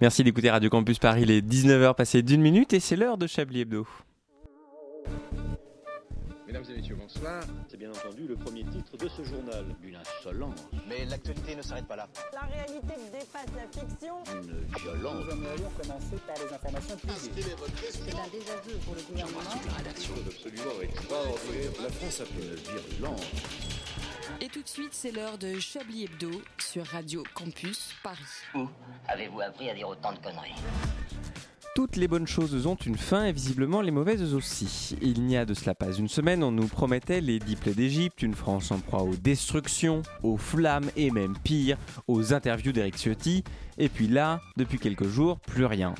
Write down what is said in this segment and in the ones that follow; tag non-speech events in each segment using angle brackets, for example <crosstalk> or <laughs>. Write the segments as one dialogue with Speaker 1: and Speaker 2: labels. Speaker 1: Merci d'écouter Radio Campus Paris, il est 19h passé d'une minute et c'est l'heure de Chablis Hebdo.
Speaker 2: Mesdames et messieurs, bonsoir.
Speaker 3: C'est bien entendu le premier titre de ce journal. Une insolence,
Speaker 4: Mais l'actualité ne s'arrête pas là.
Speaker 5: La réalité dépasse la fiction.
Speaker 3: une violence.
Speaker 6: commencer par les informations privées.
Speaker 5: C'est un désaveu pour le gouvernement.
Speaker 7: Et tout de suite, c'est l'heure de Chablis Hebdo sur Radio Campus Paris.
Speaker 8: Où avez-vous appris à dire autant de conneries
Speaker 1: Toutes les bonnes choses ont une fin et visiblement les mauvaises aussi. Il n'y a de cela pas une semaine, on nous promettait les dix plaies d'Égypte, une France en proie aux destructions, aux flammes et même pire, aux interviews d'Eric Ciotti. Et puis là, depuis quelques jours, plus rien.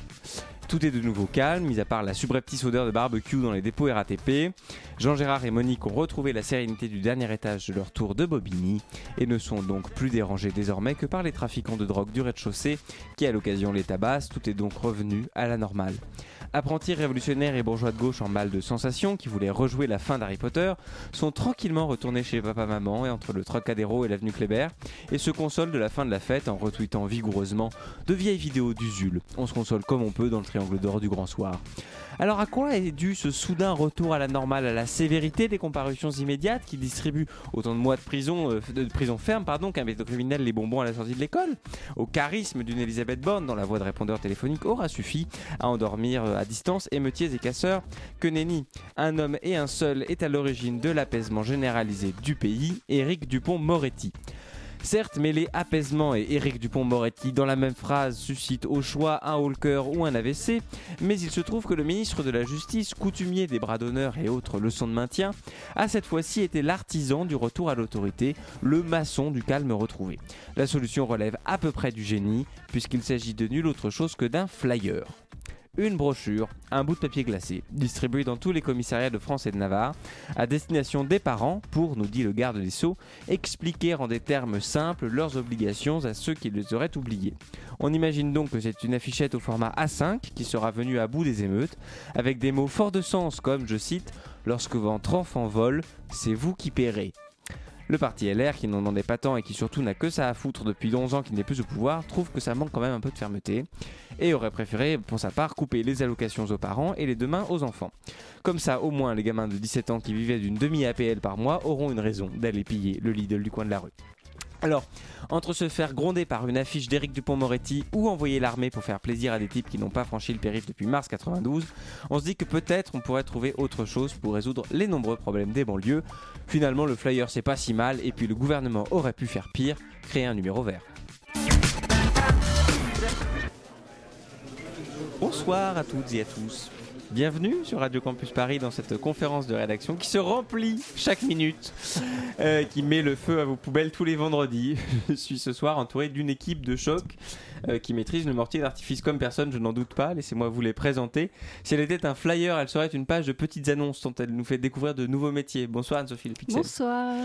Speaker 1: Tout est de nouveau calme, mis à part la subreptice odeur de barbecue dans les dépôts RATP. Jean-Gérard et Monique ont retrouvé la sérénité du dernier étage de leur tour de Bobigny et ne sont donc plus dérangés désormais que par les trafiquants de drogue du rez-de-chaussée qui à l'occasion les tabasse, tout est donc revenu à la normale. Apprentis révolutionnaires et bourgeois de gauche en mal de sensation qui voulaient rejouer la fin d'Harry Potter sont tranquillement retournés chez papa-maman et entre le Trocadéro et l'avenue Kléber et se consolent de la fin de la fête en retweetant vigoureusement de vieilles vidéos d'Usul. On se console comme on peut dans le triangle d'or du grand soir. Alors à quoi est dû ce soudain retour à la normale, à la sévérité des comparutions immédiates qui distribuent autant de mois de prison, euh, de prison ferme pardon, qu'un béto criminel les bonbons à la sortie de l'école Au charisme d'une Elisabeth Borne dans la voix de répondeur téléphonique aura suffi à endormir euh, à distance émeutiers et casseurs que nenni. Un homme et un seul est à l'origine de l'apaisement généralisé du pays, Éric Dupont-Moretti. Certes, mêler apaisement et Éric Dupont-Moretti dans la même phrase suscite au choix un haut-le-cœur ou un AVC, mais il se trouve que le ministre de la Justice, coutumier des bras d'honneur et autres leçons de maintien, a cette fois-ci été l'artisan du retour à l'autorité, le maçon du calme retrouvé. La solution relève à peu près du génie, puisqu'il s'agit de nulle autre chose que d'un flyer. Une brochure, un bout de papier glacé, distribué dans tous les commissariats de France et de Navarre, à destination des parents pour, nous dit le garde des Sceaux, expliquer en des termes simples leurs obligations à ceux qui les auraient oubliées. On imagine donc que c'est une affichette au format A5 qui sera venue à bout des émeutes, avec des mots forts de sens comme, je cite, Lorsque votre enfant vole, c'est vous qui paierez. Le parti LR, qui n'en demandait pas tant et qui surtout n'a que ça à foutre depuis 11 ans qu'il n'est plus au pouvoir, trouve que ça manque quand même un peu de fermeté et aurait préféré, pour sa part, couper les allocations aux parents et les deux mains aux enfants. Comme ça, au moins, les gamins de 17 ans qui vivaient d'une demi-APL par mois auront une raison d'aller piller le Lidl du coin de la rue. Alors, entre se faire gronder par une affiche d'Éric Dupont-Moretti ou envoyer l'armée pour faire plaisir à des types qui n'ont pas franchi le périph' depuis mars 92, on se dit que peut-être on pourrait trouver autre chose pour résoudre les nombreux problèmes des banlieues. Finalement, le flyer c'est pas si mal et puis le gouvernement aurait pu faire pire, créer un numéro vert. Bonsoir à toutes et à tous. Bienvenue sur Radio Campus Paris dans cette conférence de rédaction qui se remplit chaque minute, euh, qui met le feu à vos poubelles tous les vendredis. <laughs> Je suis ce soir entouré d'une équipe de choc euh, qui maîtrise le mortier d'artifice comme personne, je n'en doute pas. Laissez-moi vous les présenter. Si elle était un flyer, elle serait une page de petites annonces dont elle nous fait découvrir de nouveaux métiers. Bonsoir Anne-Sophie Le Pixel.
Speaker 9: Bonsoir.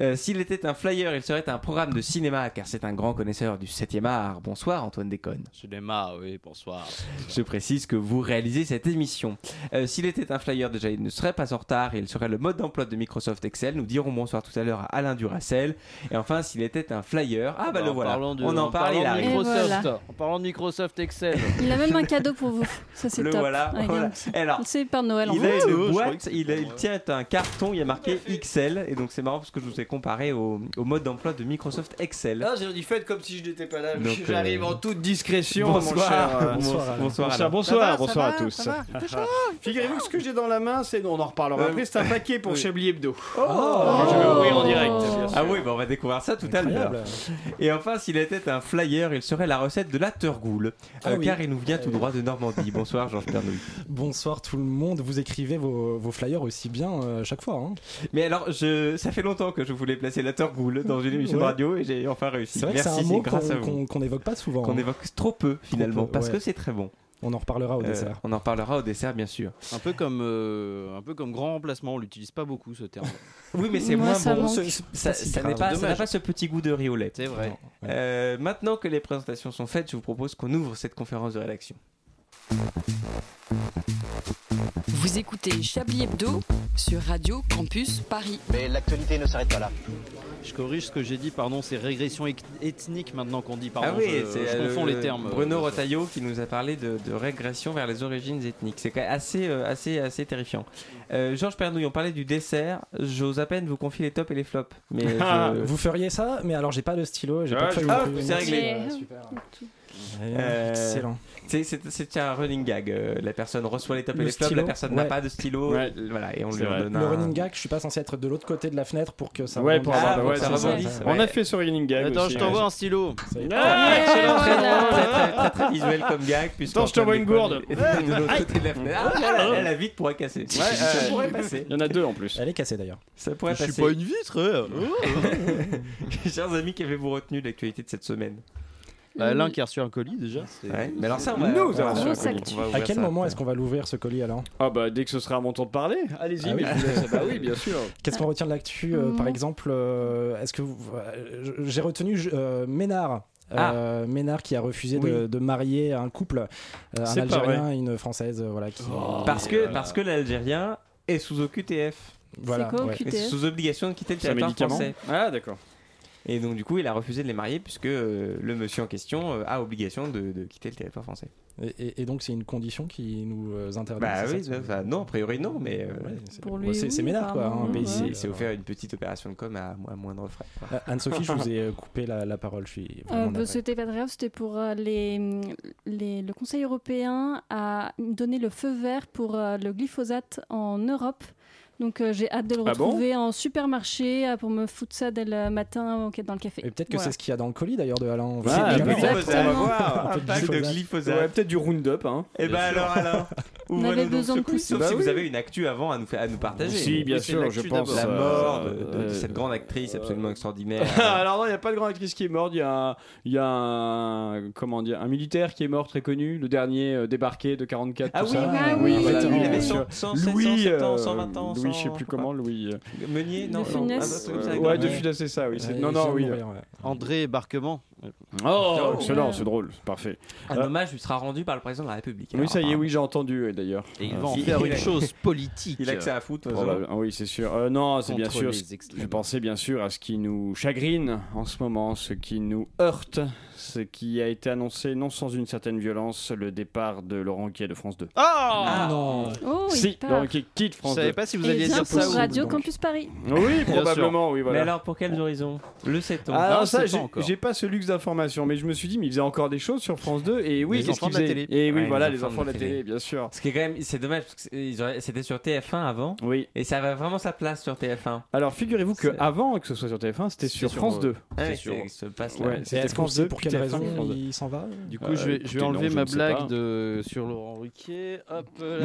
Speaker 1: Euh, S'il était un flyer, il serait un programme de cinéma car c'est un grand connaisseur du 7 art. Bonsoir Antoine Déconne.
Speaker 10: Cinéma, oui, bonsoir.
Speaker 1: Je précise que vous réalisez cette émission. Euh, S'il était un flyer, déjà, il ne serait pas en retard et il serait le mode d'emploi de Microsoft Excel. Nous dirons bonsoir tout à l'heure à Alain Duracel. Et enfin, s'il était un flyer, ah bah
Speaker 10: En
Speaker 1: le voilà.
Speaker 10: parlant de-
Speaker 1: On en
Speaker 10: en
Speaker 1: parle,
Speaker 10: parlant
Speaker 1: il
Speaker 10: de
Speaker 1: arrive.
Speaker 10: Microsoft.
Speaker 9: Et voilà.
Speaker 10: En parlant de Microsoft <laughs> Excel.
Speaker 9: Il a même un cadeau pour vous. Ça, c'est
Speaker 1: Le
Speaker 9: top.
Speaker 1: voilà.
Speaker 9: Ouais,
Speaker 1: voilà.
Speaker 9: donc,
Speaker 1: Et alors,
Speaker 9: C'est Père Noël en
Speaker 1: il
Speaker 9: vrai.
Speaker 1: a
Speaker 10: je
Speaker 1: une
Speaker 10: croyais que
Speaker 1: boîte,
Speaker 10: c'était
Speaker 1: il, a-
Speaker 10: pour
Speaker 1: il
Speaker 10: moi.
Speaker 1: tient un carton, il y a marqué XL. Et donc, c'est marrant parce que je vous ai comparé au, au mode d'emploi de Microsoft Excel.
Speaker 10: Là, j'ai dit faites comme si je n'étais pas là.
Speaker 1: Donc,
Speaker 10: <laughs> J'arrive
Speaker 1: euh,
Speaker 10: en toute discrétion.
Speaker 1: bonsoir.
Speaker 10: Mon cher, euh,
Speaker 1: Bonsoir, bonsoir, Alain.
Speaker 10: Bonsoir,
Speaker 6: bonsoir,
Speaker 10: bonsoir,
Speaker 6: bonsoir à tous.
Speaker 10: à tous. Figurez-vous que ce que j'ai dans la main, c'est on en reparlera
Speaker 1: Euh,
Speaker 10: après. C'est un paquet pour
Speaker 1: oui.
Speaker 10: Chablis Hebdo.
Speaker 1: Oh.
Speaker 10: je vais ouvrir en direct.
Speaker 1: Ah oui, bah on va découvrir ça tout à l'heure. Et enfin, s'il était un flyer, il serait la recette de la Turgoule, Euh,
Speaker 6: Ah oui.
Speaker 1: car il nous vient tout droit de Normandie. Bonsoir Georges Bernoulli.
Speaker 6: Bonsoir tout le monde, vous écrivez vos, vos flyers aussi bien euh, chaque fois. hein.
Speaker 1: Mais alors, je... ça fait longtemps que je voulais placer la Turgoule dans une émission de
Speaker 6: Ouais.
Speaker 1: radio et j'ai enfin réussi.
Speaker 6: C'est vrai que c'est
Speaker 1: Merci,
Speaker 6: un mot
Speaker 1: grâce à
Speaker 6: qu'on
Speaker 1: vous.
Speaker 6: qu'on- qu'on n'évoque pas souvent.
Speaker 1: Qu'on
Speaker 6: hein.
Speaker 1: évoque trop peu finalement,
Speaker 6: peu,
Speaker 1: parce
Speaker 6: ouais.
Speaker 1: que c'est très bon.
Speaker 6: On en reparlera au
Speaker 1: Euh,
Speaker 6: dessert.
Speaker 1: on en parlera au dessert, bien sûr.
Speaker 10: Un peu comme euh, un peu comme grand remplacement. On l'utilise pas beaucoup ce terme.
Speaker 1: Oui, mais c'est
Speaker 9: Moi,
Speaker 1: moins
Speaker 9: ça
Speaker 1: bon.
Speaker 9: manque.
Speaker 1: Ce- ce- Ça,
Speaker 6: si
Speaker 1: ça
Speaker 6: grave.
Speaker 1: n'est pas, ça n'a
Speaker 10: Dommage.
Speaker 1: pas ce petit goût de riz au lait.
Speaker 10: <laughs> C'est vrai.
Speaker 6: Non, ouais.
Speaker 1: Euh, maintenant que les présentations sont faites, je vous propose qu'on ouvre cette conférence de rédaction.
Speaker 7: Vous écoutez Chablis Hebdo sur Radio Campus Paris.
Speaker 4: Mais l'actualité ne s'arrête pas là.
Speaker 10: Je corrige ce que j'ai dit, pardon, c'est régression ec- ethnique maintenant qu'on dit, pardon,
Speaker 1: ah oui,
Speaker 10: je,
Speaker 1: c'est
Speaker 10: je
Speaker 1: euh,
Speaker 10: confonds
Speaker 1: le-
Speaker 10: les termes.
Speaker 1: Bruno
Speaker 10: euh,
Speaker 1: Retailleau qui nous a parlé de, de régression vers les origines ethniques. C'est quand même assez, euh, assez, assez terrifiant. Euh, Georges Pernouille, on parlait du dessert. J'ose à peine vous confier les tops et les flops. Mais je-
Speaker 6: Vous feriez ça, mais alors j'ai pas de stylo, j'ai
Speaker 1: euh. Ah,
Speaker 6: pas de feuille.
Speaker 1: je-
Speaker 6: non
Speaker 1: hop,
Speaker 6: plus.
Speaker 1: c'est réglé.
Speaker 6: Ouais, super.
Speaker 1: Euh,
Speaker 6: Excellent.
Speaker 1: C'est- C'est c'est un running gag. euh, La personne reçoit les tops
Speaker 6: Le
Speaker 1: et les flops,
Speaker 6: stylo,
Speaker 1: la personne n'a
Speaker 6: ouais.
Speaker 1: pas de stylo. euh,
Speaker 11: Ouais.
Speaker 1: Voilà, et on
Speaker 11: C'est
Speaker 1: lui
Speaker 11: vrai.
Speaker 1: redonne
Speaker 6: Le
Speaker 1: un-
Speaker 6: running gag, je suis pas censé être de l'autre côté de la fenêtre pour que ça.
Speaker 11: Ouais, pour
Speaker 6: rebondisse.
Speaker 11: avoir-
Speaker 1: Ah,
Speaker 11: ouais,
Speaker 1: ça
Speaker 11: c'est ça.
Speaker 1: rebondisse.
Speaker 11: On
Speaker 1: Ouais.
Speaker 11: a fait sur Running Gag.
Speaker 10: Attends,
Speaker 11: aussi,
Speaker 10: je
Speaker 11: ouais.
Speaker 10: t'envoie un stylo.
Speaker 6: Ça y est.
Speaker 11: Ah, excellent.
Speaker 1: Très,
Speaker 9: Oh Euh,
Speaker 1: très, très, très, très visuel comme gag. puisqu'Antoine
Speaker 11: Attends, je t'envoie une
Speaker 1: Décolle
Speaker 11: gourde.
Speaker 1: est de l'autre côté de la fenêtre. Ah, là, là, là, la vitre pourrait casser. ça
Speaker 11: ouais.
Speaker 1: pourrait passer.
Speaker 11: Il y en a deux en plus.
Speaker 6: Elle est cassée d'ailleurs.
Speaker 1: Ça pourrait passer.
Speaker 10: une vitre. euh.
Speaker 1: <laughs> Chers amis, qu'avez-vous retenu de l'actualité de cette semaine
Speaker 10: Bah, L'un qui a reçu un colis déjà. c'est-
Speaker 1: Ouais, Mais alors ça, on va.
Speaker 11: Nous
Speaker 1: on va-
Speaker 11: avons
Speaker 1: on va-
Speaker 9: ça.
Speaker 1: on va
Speaker 6: À
Speaker 1: ouvrir
Speaker 6: quel
Speaker 1: ça.
Speaker 6: moment est-ce qu'on va l'ouvrir ce colis alors
Speaker 11: Ah bah dès que ce sera à mon tour de parler, allez-y.
Speaker 6: Ah
Speaker 11: mais
Speaker 6: oui.
Speaker 11: je vous laisse- bah oui, bien sûr.
Speaker 6: <laughs> Qu'est-ce qu'on retient de l'actu euh,
Speaker 9: Mm.
Speaker 6: Par exemple, euh, est-ce que vous- euh, j'ai retenu je- euh, Ménard euh,
Speaker 9: Ah.
Speaker 6: Ménard qui a refusé de, de marier un couple, euh, un
Speaker 11: C'est pas
Speaker 6: Algérien et une Française, euh, voilà. Qui,
Speaker 9: Oh.
Speaker 1: Parce que, parce que l'Algérien est sous OQTF,
Speaker 6: voilà,
Speaker 9: C'est quoi,
Speaker 6: ouais.
Speaker 9: au cul
Speaker 1: est sous obligation de quitter le
Speaker 11: C'est un
Speaker 1: territoire
Speaker 11: médicament.
Speaker 1: français.
Speaker 11: Ah d'accord.
Speaker 1: Et donc du coup, il a refusé de les marier puisque euh, le monsieur en question euh, a obligation de, de quitter le territoire français.
Speaker 6: Et, et- et donc c'est une condition qui nous euh, interdit.
Speaker 1: Bah
Speaker 6: c'est
Speaker 1: oui,
Speaker 6: ça,
Speaker 1: enfin, non, a priori non, mais euh,
Speaker 6: Ouais, c'est-
Speaker 9: Pour
Speaker 6: bon,
Speaker 9: lui,
Speaker 6: c'est c'est
Speaker 9: oui,
Speaker 6: Ménard quoi, hein,
Speaker 9: apparemment,
Speaker 6: un pays-
Speaker 9: ouais.
Speaker 1: il s'est offert une petite opération de com à, mo- à moindre frais.
Speaker 6: Euh, Anne-Sophie, je vous ai euh, coupé la, la parole. Je suis
Speaker 9: Euh,
Speaker 6: vraiment
Speaker 9: bah,
Speaker 6: navré.
Speaker 9: c'était pas très grave, c'était pour euh, les, les- le Conseil européen a donné le feu vert pour euh, le glyphosate en Europe. Donc euh, j'ai hâte de le
Speaker 11: Ah bon
Speaker 9: retrouver en supermarché euh, pour me foutre ça dès le matin au- dans le café.
Speaker 6: Et peut-être que
Speaker 9: Voilà.
Speaker 6: c'est ce qu'il y a dans le colis d'ailleurs de Alain. on
Speaker 11: Ah,
Speaker 6: sait
Speaker 11: bah,
Speaker 6: jamais.
Speaker 11: exactement.
Speaker 1: Glyphosate, on va voir.
Speaker 6: Un peu de
Speaker 1: Impact de
Speaker 6: glyphosate.
Speaker 1: glyphosate.
Speaker 11: Ouais, peut-être du round-up. Hein.
Speaker 1: Et bah
Speaker 10: Bien sûr.
Speaker 1: alors, alors,
Speaker 9: On
Speaker 1: ouvrez-nous
Speaker 9: avait
Speaker 1: donc
Speaker 9: besoin
Speaker 1: ce
Speaker 9: de
Speaker 1: coup,
Speaker 9: plus.
Speaker 1: Sauf
Speaker 11: Bah
Speaker 1: si
Speaker 11: oui.
Speaker 1: vous avez une actu avant à nous, fa- à nous partager.
Speaker 11: Si, bien
Speaker 10: Oui, c'est
Speaker 11: <laughs> sûr,
Speaker 10: l'actu
Speaker 11: je
Speaker 10: d'abord.
Speaker 11: pense.
Speaker 1: La
Speaker 11: euh,
Speaker 1: mort de, de- de
Speaker 11: euh,
Speaker 1: cette grande actrice absolument extraordinaire.
Speaker 11: Ah, Alors non, il n'y a pas de grande actrice qui est morte. Il y a, un- il y a un, comment dire, un militaire qui est mort très connu, le dernier euh, débarqué de 44.
Speaker 1: <laughs> Ah
Speaker 11: tout
Speaker 1: oui,
Speaker 11: ça.
Speaker 9: ah
Speaker 1: oui,
Speaker 9: oui,
Speaker 1: effectivement,
Speaker 9: oui,
Speaker 1: il avait
Speaker 9: oui.
Speaker 1: 100, 100,
Speaker 11: Louis,
Speaker 1: 107 ans,
Speaker 11: euh,
Speaker 1: 120 ans.
Speaker 11: Louis,
Speaker 1: 100,
Speaker 11: je sais plus comment, Louis. euh,
Speaker 1: Meunier, non,
Speaker 9: De
Speaker 1: non,
Speaker 9: Funès.
Speaker 1: un autre comme ça,
Speaker 11: euh,
Speaker 1: avec
Speaker 11: ouais,
Speaker 1: un-
Speaker 11: de Funès, c'est ça, oui. c'est-
Speaker 6: Ouais,
Speaker 11: Non,
Speaker 6: il
Speaker 11: non,
Speaker 6: vient de
Speaker 11: oui.
Speaker 6: Euh, mourir, ouais.
Speaker 10: André Barquement.
Speaker 11: Oh,
Speaker 1: Oh.
Speaker 11: excellent, c'est drôle, c'est parfait.
Speaker 1: Un hommage lui sera rendu par le président de la République. Ah.
Speaker 11: Oui,
Speaker 1: Alors,
Speaker 11: ça y est, oui, j'ai entendu euh, d'ailleurs.
Speaker 10: Et <laughs> il
Speaker 11: Ah.
Speaker 10: va en
Speaker 1: Il-
Speaker 10: faire
Speaker 1: il a-
Speaker 10: une chose politique.
Speaker 1: Il a accès à euh, foutre.
Speaker 11: Probable- Ah oui, c'est sûr. Euh, non, c'est bien
Speaker 10: Contre
Speaker 11: sûr.
Speaker 10: les
Speaker 11: ce-
Speaker 10: extrêmes.
Speaker 11: Je pensais bien sûr à ce qui nous chagrine en ce moment, ce qui nous heurte, ce qui a été annoncé non sans une certaine violence, le départ de Laurent Guy de France 2.
Speaker 10: Ah,
Speaker 6: non.
Speaker 9: Oh, il
Speaker 11: si,
Speaker 9: part.
Speaker 11: Laurent Ruquier quitte
Speaker 10: Je
Speaker 11: France 2.
Speaker 10: savais pas si vous
Speaker 9: Et il
Speaker 10: alliez
Speaker 9: vient
Speaker 10: dire
Speaker 9: pour
Speaker 10: ça. ou-
Speaker 9: Radio
Speaker 11: donc.
Speaker 9: Campus Paris.
Speaker 11: Oui, probablement, oui, voilà.
Speaker 1: Mais alors, pour quels horizons Le 7
Speaker 11: Ah
Speaker 10: Non,
Speaker 11: non,
Speaker 10: c'est
Speaker 11: ça,
Speaker 10: pas
Speaker 11: j'ai-
Speaker 10: encore.
Speaker 11: j'ai pas ce luxe d'information, mais je me suis dit, mais il faisait encore des choses sur France 2. Et oui,
Speaker 10: Les
Speaker 11: qu'est-ce
Speaker 10: enfants
Speaker 11: qu'il
Speaker 10: de la
Speaker 11: faisait
Speaker 10: télé.
Speaker 11: Et oui,
Speaker 1: Ouais,
Speaker 11: voilà,
Speaker 1: les
Speaker 11: les
Speaker 1: enfants
Speaker 11: enfants
Speaker 1: de
Speaker 11: de
Speaker 1: la
Speaker 11: la télé, bien sûr.
Speaker 1: Ce qui est quand même, c'est dommage parce que c'est- ils auraient- c'était sur TF1 avant
Speaker 11: Oui.
Speaker 1: et ça avait vraiment sa place sur TF1.
Speaker 11: Alors, figurez-vous que
Speaker 1: C'est-
Speaker 11: avant que ce soit sur TF1, c'était sur
Speaker 10: sur,
Speaker 11: France
Speaker 10: euh,
Speaker 11: 2.
Speaker 1: Ouais,
Speaker 10: sûr.
Speaker 1: Ah c'est- se passe là.
Speaker 11: Ouais,
Speaker 6: Et
Speaker 11: c'était
Speaker 6: est-ce qu'on
Speaker 11: France
Speaker 6: sait
Speaker 11: 2.
Speaker 6: pour quelle
Speaker 11: TF1,
Speaker 6: raison
Speaker 11: France 2.
Speaker 6: il s'en va
Speaker 10: Du coup,
Speaker 11: Euh,
Speaker 10: je vais, je
Speaker 11: écoutez,
Speaker 10: vais enlever
Speaker 11: non, je
Speaker 10: ma
Speaker 11: ne sais pas.
Speaker 10: blague de... sur Laurent Ruquier. <laughs> Hop là.
Speaker 11: Ouais,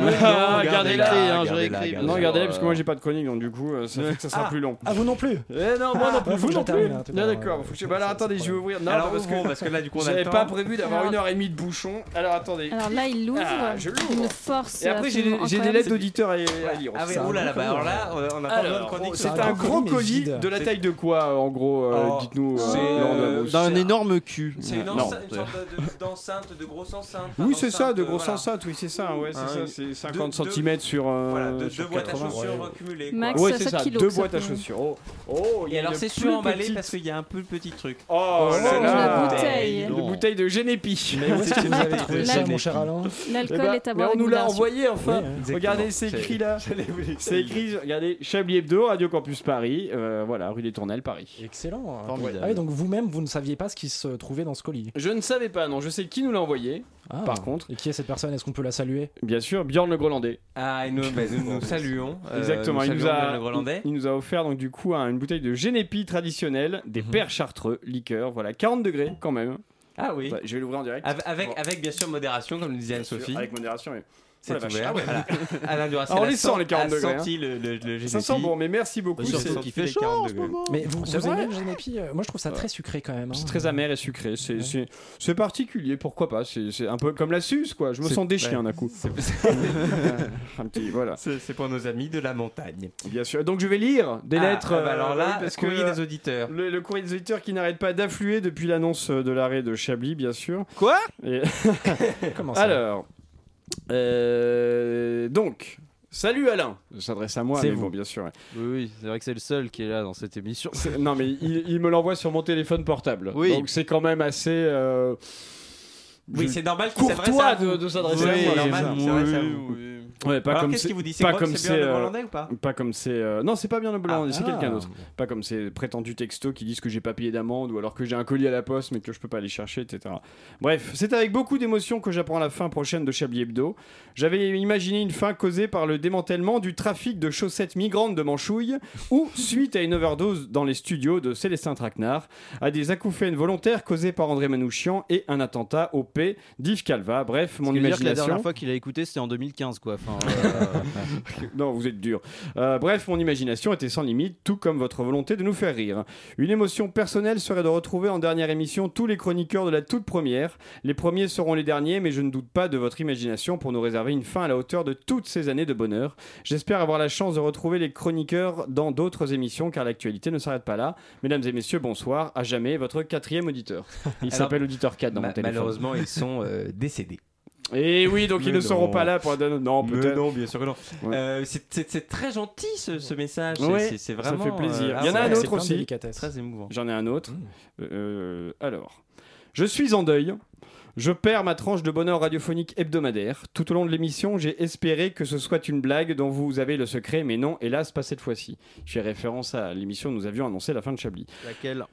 Speaker 10: Non,
Speaker 11: gardez-la,
Speaker 10: réécrit, hein, je
Speaker 1: gardez-la,
Speaker 10: réécris.
Speaker 1: gardez-la.
Speaker 11: Non,
Speaker 10: bien
Speaker 11: regardez
Speaker 10: sûr,
Speaker 11: parce que moi
Speaker 10: euh,
Speaker 11: j'ai pas de chronique, donc du coup, euh, ça fait que ça sera plus long.
Speaker 6: Ah, vous non plus
Speaker 11: Eh non, moi non plus,
Speaker 6: Ah, faut
Speaker 11: vous
Speaker 6: que
Speaker 11: non
Speaker 6: je termine,
Speaker 11: plus.
Speaker 6: hein,
Speaker 11: Ah,
Speaker 6: tout à l'heure.
Speaker 11: D'accord, faut que je- bah, alors attendez, je vais ouvrir. Non,
Speaker 1: Alors,
Speaker 11: parce que
Speaker 1: ouvrons, parce que là, du coup, on a
Speaker 11: j'avais
Speaker 1: le temps.
Speaker 11: pas prévu d'avoir
Speaker 9: Alors-
Speaker 11: une heure et demie de bouchon. Alors attendez.
Speaker 9: Alors là, il l'ouvre
Speaker 11: Ah, je l'ouvre.
Speaker 9: d'une force. euh,
Speaker 11: Et après, j'ai
Speaker 9: absolument
Speaker 11: les- j'ai des
Speaker 9: incroyable.
Speaker 11: lettres d'auditeurs à, à lire.
Speaker 1: Ah oui,
Speaker 6: C'est un gros
Speaker 1: oh là là, bah,
Speaker 6: colis.
Speaker 1: alors là, euh, on a pas besoin de
Speaker 11: Alors, oh,
Speaker 1: chronique.
Speaker 11: c'est
Speaker 1: sur-
Speaker 6: un
Speaker 11: un gros
Speaker 6: colis, mais
Speaker 11: colis
Speaker 6: vide.
Speaker 11: de la taille de quoi, euh, en gros euh,
Speaker 1: Oh,
Speaker 11: Dites-nous.
Speaker 1: c'est,
Speaker 11: euh, Laurent
Speaker 1: euh,
Speaker 11: Dabrowski.
Speaker 10: D'un
Speaker 1: c'est-
Speaker 10: énorme cul.
Speaker 1: C'est une,
Speaker 11: Non.
Speaker 1: enceinte, une sorte de- de- d'enceinte, de grosse enceinte. enfin,
Speaker 11: Oui, c'est ça,
Speaker 1: d'enceinte,
Speaker 11: de
Speaker 1: euh,
Speaker 11: gros
Speaker 1: voilà.
Speaker 11: enceinte, oui, c'est ça, ouais,
Speaker 1: Hein,
Speaker 11: c'est ça,
Speaker 1: une-
Speaker 11: c'est 50
Speaker 1: deux-
Speaker 11: cm sur. euh,
Speaker 1: Voilà, de- deux
Speaker 11: sur
Speaker 1: boîtes à
Speaker 11: 80, ouais.
Speaker 1: chaussures cumulées. quoi.
Speaker 9: Max,
Speaker 11: Ouais, c'est
Speaker 9: 7
Speaker 11: ça,
Speaker 9: kilos,
Speaker 11: deux
Speaker 9: ça
Speaker 11: boîtes à
Speaker 9: fait-
Speaker 11: chaussures. Oh, oh, il y
Speaker 1: Et
Speaker 11: a
Speaker 1: alors,
Speaker 11: une
Speaker 1: c'est
Speaker 11: plus
Speaker 1: sur-emballé
Speaker 11: petite.
Speaker 1: parce qu'il y a un peu
Speaker 11: <laughs>
Speaker 1: petit truc.
Speaker 11: Oh
Speaker 1: Oh
Speaker 11: là
Speaker 1: là
Speaker 6: Ah,
Speaker 11: là
Speaker 9: la bouteille.
Speaker 11: Une bouteille de Génépi.
Speaker 6: Mais où est-ce que vous avez
Speaker 1: La-
Speaker 6: trouvé ça, mon cher Alain
Speaker 11: Eh
Speaker 9: L'alcool
Speaker 11: ben,
Speaker 9: est à
Speaker 11: mais
Speaker 9: boire
Speaker 11: on
Speaker 9: avec
Speaker 11: nous l'a
Speaker 9: modération.
Speaker 11: envoyé enfin.
Speaker 6: Oui,
Speaker 1: exactement.
Speaker 11: regardez, c'est
Speaker 1: <laughs>
Speaker 11: écrit là. C'est écrit, regardez, Chablis Hebdo, Radio Campus Paris, euh, voilà, rue des Tournelles, Paris.
Speaker 6: Excellent.
Speaker 10: Formidable.
Speaker 6: Ah oui, donc vous-même, vous ne saviez pas ce qui se trouvait dans ce colis.
Speaker 11: Je ne savais pas, non, je sais qui nous l'a envoyé.
Speaker 6: Ah.
Speaker 11: Par contre-
Speaker 6: Et qui est cette personne Est-ce qu'on peut la saluer
Speaker 11: Bien sûr, Bjorn le Groenlandais.
Speaker 1: Ah, et nous, bah, nous, nous saluons. euh,
Speaker 11: Exactement, il nous
Speaker 1: saluons
Speaker 11: a
Speaker 1: le Groenlandais.
Speaker 11: il nous a offert donc du coup un- une bouteille de Génépi traditionnelle, des
Speaker 1: Mhm.
Speaker 11: pères chartreux, liqueur, voilà, 40 degrés quand même.
Speaker 1: Ah oui.
Speaker 11: Ouais, je vais l'ouvrir en direct.
Speaker 1: Avec, avec,
Speaker 11: Bon.
Speaker 1: avec, bien sûr modération, comme le disait
Speaker 11: Bien sûr,
Speaker 1: Anne-Sophie.
Speaker 11: Avec modération. mais- Oh
Speaker 1: C'est
Speaker 11: la vache.
Speaker 1: ouvert.
Speaker 11: Ah ouais.
Speaker 1: voilà.
Speaker 11: <laughs>
Speaker 1: Alain Duracell
Speaker 11: Alors, on
Speaker 1: a
Speaker 11: les sent,
Speaker 1: sen-
Speaker 11: les 40
Speaker 1: a
Speaker 11: degrés, hein.
Speaker 1: senti le, le, le GDP.
Speaker 11: Ça sent bon, mais merci beaucoup.
Speaker 1: Surtout
Speaker 11: c'est-
Speaker 1: qu'il fait chaud en ce moment.
Speaker 6: Mais vous,
Speaker 11: C'est
Speaker 6: vous
Speaker 11: vrai
Speaker 6: aimez le Genepi Euh, Moi, je trouve ça très sucré quand même. hein.
Speaker 11: C'est très amer et sucré. C'est,
Speaker 6: Ouais.
Speaker 11: c'est, c'est particulier, pourquoi pas. C'est, c'est un peu comme la suce, quoi. Je me
Speaker 1: C'est-
Speaker 11: sens déchiré
Speaker 1: ouais.
Speaker 11: d'un coup. <laughs> un petit, voilà.
Speaker 1: C'est c'est pour nos amis de la montagne.
Speaker 11: Bien sûr. Donc je vais lire des
Speaker 1: Ah,
Speaker 11: lettres.
Speaker 1: ah bah alors
Speaker 11: euh,
Speaker 1: là,
Speaker 11: oui, parce que
Speaker 1: courrier des auditeurs.
Speaker 11: le, le courrier des auditeurs qui n'arrête pas d'affluer depuis l'annonce de l'arrêt de Chablis, bien sûr.
Speaker 10: Quoi
Speaker 11: Et-
Speaker 6: Comment ça
Speaker 11: Alors, Euh, donc, salut Alain. S'adresse à moi,
Speaker 10: C'est
Speaker 11: mais
Speaker 10: vous.
Speaker 11: bon, bien sûr.
Speaker 10: Oui, oui, c'est vrai que c'est le seul qui est là dans cette émission.
Speaker 11: C'est- Non, mais il, il me l'envoie sur mon téléphone portable.
Speaker 10: Oui.
Speaker 11: Donc c'est quand même assez. euh,
Speaker 1: Oui,
Speaker 11: je-
Speaker 1: c'est normal qu'il s'adresse
Speaker 11: courtois
Speaker 1: à
Speaker 11: de,
Speaker 1: vous.
Speaker 11: de s'adresser
Speaker 1: Oui,
Speaker 11: à moi.
Speaker 1: c'est normal, c'est vrai, c'est à vous.
Speaker 11: Ouais, pas
Speaker 1: Alors,
Speaker 11: comme
Speaker 1: qu'est-ce
Speaker 11: c'est-
Speaker 1: qu'il vous dit C'est
Speaker 11: pas
Speaker 1: Grock,
Speaker 11: comme
Speaker 1: c'est bien
Speaker 11: c'est
Speaker 1: le
Speaker 11: euh,
Speaker 1: Hollandais ou pas
Speaker 11: Pas comme c'est euh, non, c'est pas bien le blanc, c'est
Speaker 6: Ah.
Speaker 11: quelqu'un d'autre. Pas comme ces prétendus textos qui disent que j'ai pas payé d'amende ou alors que j'ai un colis à la poste mais que je peux pas aller chercher, etc. Bref, c'est avec beaucoup d'émotion que j'apprends la fin prochaine de Chablis Hebdo. J'avais imaginé une fin causée par le démantèlement du trafic de chaussettes migrantes de Manchouille ou suite à une overdose dans les studios de Célestin Traquenard, à des acouphènes volontaires causés par André Manouchian et un attentat au P d'Yves Calva. Bref, mon
Speaker 10: Ce qui veut dire que la
Speaker 11: imagination.
Speaker 10: dernière fois qu'il a écouté, c'était en 2015, quoi. Enfin, <laughs> euh,
Speaker 11: Non, vous êtes dur. Euh, bref, mon imagination était sans limite, tout comme votre volonté de nous faire rire. Une émotion personnelle serait de retrouver en dernière émission tous les chroniqueurs de la toute première. Les premiers seront les derniers, mais je ne doute pas de votre imagination pour nous réserver une fin à la hauteur de toutes ces années de bonheur. J'espère avoir la chance de retrouver les chroniqueurs dans d'autres émissions, car l'actualité ne s'arrête pas là. Mesdames et messieurs, bonsoir. À jamais, votre quatrième auditeur. Il
Speaker 1: <laughs> Alors,
Speaker 11: s'appelle Auditeur 4 dans
Speaker 1: Ma-
Speaker 11: mon téléphone.
Speaker 1: malheureusement, ils sont euh, décédés.
Speaker 11: Et oui, donc ils
Speaker 1: Mais
Speaker 11: ne seront
Speaker 1: non.
Speaker 11: pas là pour... Non, peut-être.
Speaker 1: Oh, non, bien sûr que non.
Speaker 11: Ouais.
Speaker 1: Euh, c'est- c'est c'est très gentil ce, ce message. C'est-
Speaker 11: Ouais,
Speaker 1: c'est- c'est
Speaker 11: ça
Speaker 1: vraiment.
Speaker 11: fait plaisir.
Speaker 1: euh,
Speaker 11: Il y en a
Speaker 1: ah,
Speaker 11: un
Speaker 1: c'est
Speaker 11: autre aussi.
Speaker 1: Très émouvant.
Speaker 11: J'en ai un autre. Euh, alors, je suis en deuil. Je perds ma tranche de bonheur radiophonique hebdomadaire. Tout au long de l'émission, j'ai espéré que ce soit une blague dont vous avez le secret, mais non, hélas, pas cette fois-ci. Je fais référence à l'émission où nous avions annoncé la fin de Chablis.
Speaker 10: laquelle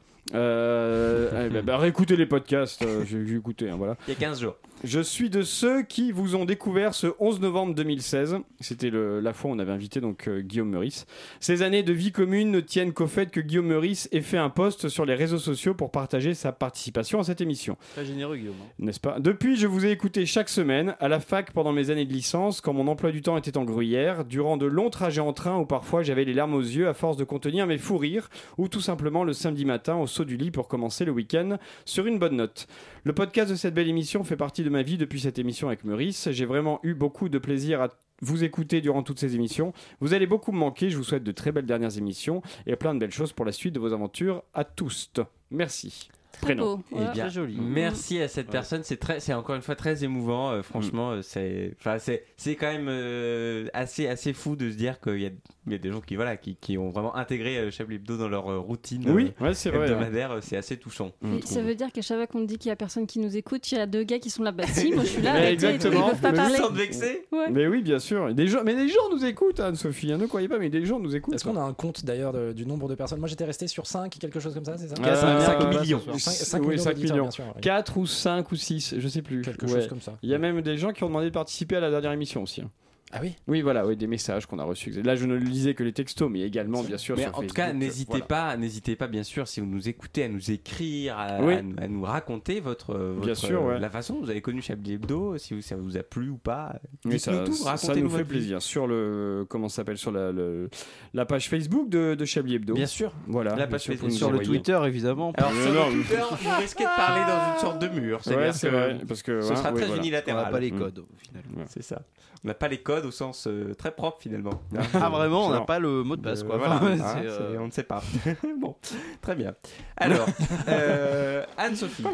Speaker 11: Euh, eh ben, bah, réécoutez les podcasts, euh, j'ai j'ai écouté, hein, voilà.
Speaker 1: Il y a 15 jours.
Speaker 11: Je suis de ceux qui vous ont découvert ce 11 novembre 2016. C'était le- la fois où on avait invité donc euh, Guillaume Meurice. Ces années de vie commune ne tiennent qu'au fait que Guillaume Meurice ait fait un post sur les réseaux sociaux pour partager sa participation à cette émission
Speaker 10: Très généreux, Guillaume. hein.
Speaker 11: n'est-ce pas Depuis, je vous ai écouté chaque semaine, à la fac pendant mes années de licence, quand mon emploi du temps était en gruyère, durant de longs trajets en train où parfois j'avais les larmes aux yeux à force de contenir mes fous rires, ou tout simplement le samedi matin au saut du lit pour commencer le week-end sur une bonne note. Le podcast de cette belle émission fait partie de ma vie depuis cette émission avec Meurice. J'ai vraiment eu beaucoup de plaisir à vous écouter durant toutes ces émissions. Vous allez beaucoup me manquer, je vous souhaite de très belles dernières émissions et plein de belles choses pour la suite de vos aventures à tous. Merci.
Speaker 9: Très
Speaker 11: Prénom.
Speaker 9: beau.
Speaker 1: Eh
Speaker 9: Voilà.
Speaker 1: bien,
Speaker 10: très joli.
Speaker 1: Merci à cette
Speaker 10: Ouais.
Speaker 1: personne. C'est très, c'est encore une fois très émouvant. euh, franchement,
Speaker 11: Mm.
Speaker 1: euh, c'est, enfin, c'est, c'est quand même euh, assez, assez fou de se dire qu'il y a, il y a des gens qui, voilà, qui, qui ont vraiment intégré euh, Chablis Hebdo dans leur euh, routine euh,
Speaker 11: Oui, ouais, c'est vrai.
Speaker 1: hebdomadaire. euh, C'est assez touchant.
Speaker 9: Oui, ça veut dire qu'à chaque fois qu'on dit qu'il y a personne qui nous écoute, il y a deux gars qui sont là-bas. Si, moi je
Speaker 11: <laughs>
Speaker 9: suis là,
Speaker 11: Mais
Speaker 9: arrêtez,
Speaker 11: exactement.
Speaker 9: ils peuvent pas
Speaker 11: Ah, Mais
Speaker 9: parler.
Speaker 11: Allez.
Speaker 1: Sans te vexer.
Speaker 9: Ouais.
Speaker 11: Mais oui, bien sûr. Des gens, mais des gens nous écoutent, Anne-Sophie. hein, ne croyez pas, mais des gens nous écoutent.
Speaker 6: Est-ce qu'on a un compte d'ailleurs de- du nombre de personnes Moi j'étais resté sur 5, quelque chose comme ça, c'est ça
Speaker 11: Euh, cinq
Speaker 1: millions.
Speaker 6: Cinq- cinq
Speaker 11: Oui,
Speaker 6: millions
Speaker 11: cinq
Speaker 6: d'auditeurs,
Speaker 11: millions.
Speaker 6: bien sûr, oui.
Speaker 11: 4 ou 5 ou 6, je sais plus.
Speaker 6: Quelque
Speaker 11: Ouais.
Speaker 6: chose comme ça.
Speaker 11: Il y a même des gens qui ont demandé de participer à la dernière émission aussi. hein.
Speaker 6: Ah oui
Speaker 11: Oui, voilà, oui, des messages qu'on a reçus. Là, je ne lisais que les textos, mais également, bien sûr.
Speaker 1: Mais
Speaker 11: sur
Speaker 1: en tout
Speaker 11: Facebook,
Speaker 1: cas,
Speaker 11: euh,
Speaker 1: n'hésitez
Speaker 11: voilà.
Speaker 1: pas, n'hésitez pas, bien sûr, si vous nous écoutez, à nous écrire, à,
Speaker 11: Oui.
Speaker 1: à nous- à nous raconter votre, euh,
Speaker 11: Bien
Speaker 1: votre,
Speaker 11: sûr,
Speaker 1: euh,
Speaker 11: ouais.
Speaker 1: la façon dont vous avez connu Chablis Hebdo, si vous- ça vous a plu ou pas.
Speaker 11: Oui,
Speaker 1: Dites-nous
Speaker 11: ça,
Speaker 1: tout,
Speaker 11: ça
Speaker 1: racontez-nous
Speaker 11: nous fait
Speaker 1: votre vie.
Speaker 11: plaisir. Sur le. Comment ça s'appelle Sur la, le- la page Facebook de, de Chablis Hebdo.
Speaker 1: Bien sûr.
Speaker 11: Voilà.
Speaker 1: La page
Speaker 11: Bien sûr,
Speaker 1: Facebook.
Speaker 11: vous nous
Speaker 10: Sur le
Speaker 11: envoyez.
Speaker 10: Twitter, évidemment.
Speaker 1: Alors
Speaker 11: Euh,
Speaker 1: sur
Speaker 11: non,
Speaker 1: le Twitter, vous risquez de parler dans une sorte de mur.
Speaker 11: Ouais,
Speaker 1: C'est-à-dire
Speaker 11: c'est
Speaker 1: que
Speaker 11: vrai. Parce que.
Speaker 1: Ce
Speaker 11: hein,
Speaker 1: sera
Speaker 11: oui, voilà.
Speaker 1: très
Speaker 10: on n'a
Speaker 1: unilatéral.
Speaker 10: pas les
Speaker 11: Mm.
Speaker 10: codes, au final.
Speaker 1: C'est ça. On n'a pas les codes au sens euh, très propre finalement.
Speaker 10: Ah, vraiment, on n'a
Speaker 11: Excellent.
Speaker 10: pas le mot de passe,
Speaker 1: Euh,
Speaker 10: quoi.
Speaker 1: voilà,
Speaker 10: Enfin,
Speaker 1: hein,
Speaker 10: c'est, euh,
Speaker 1: <laughs> c'est- On ne sait pas. <laughs> bon, très <laughs> bien. Alors, euh, Anne-Sophie.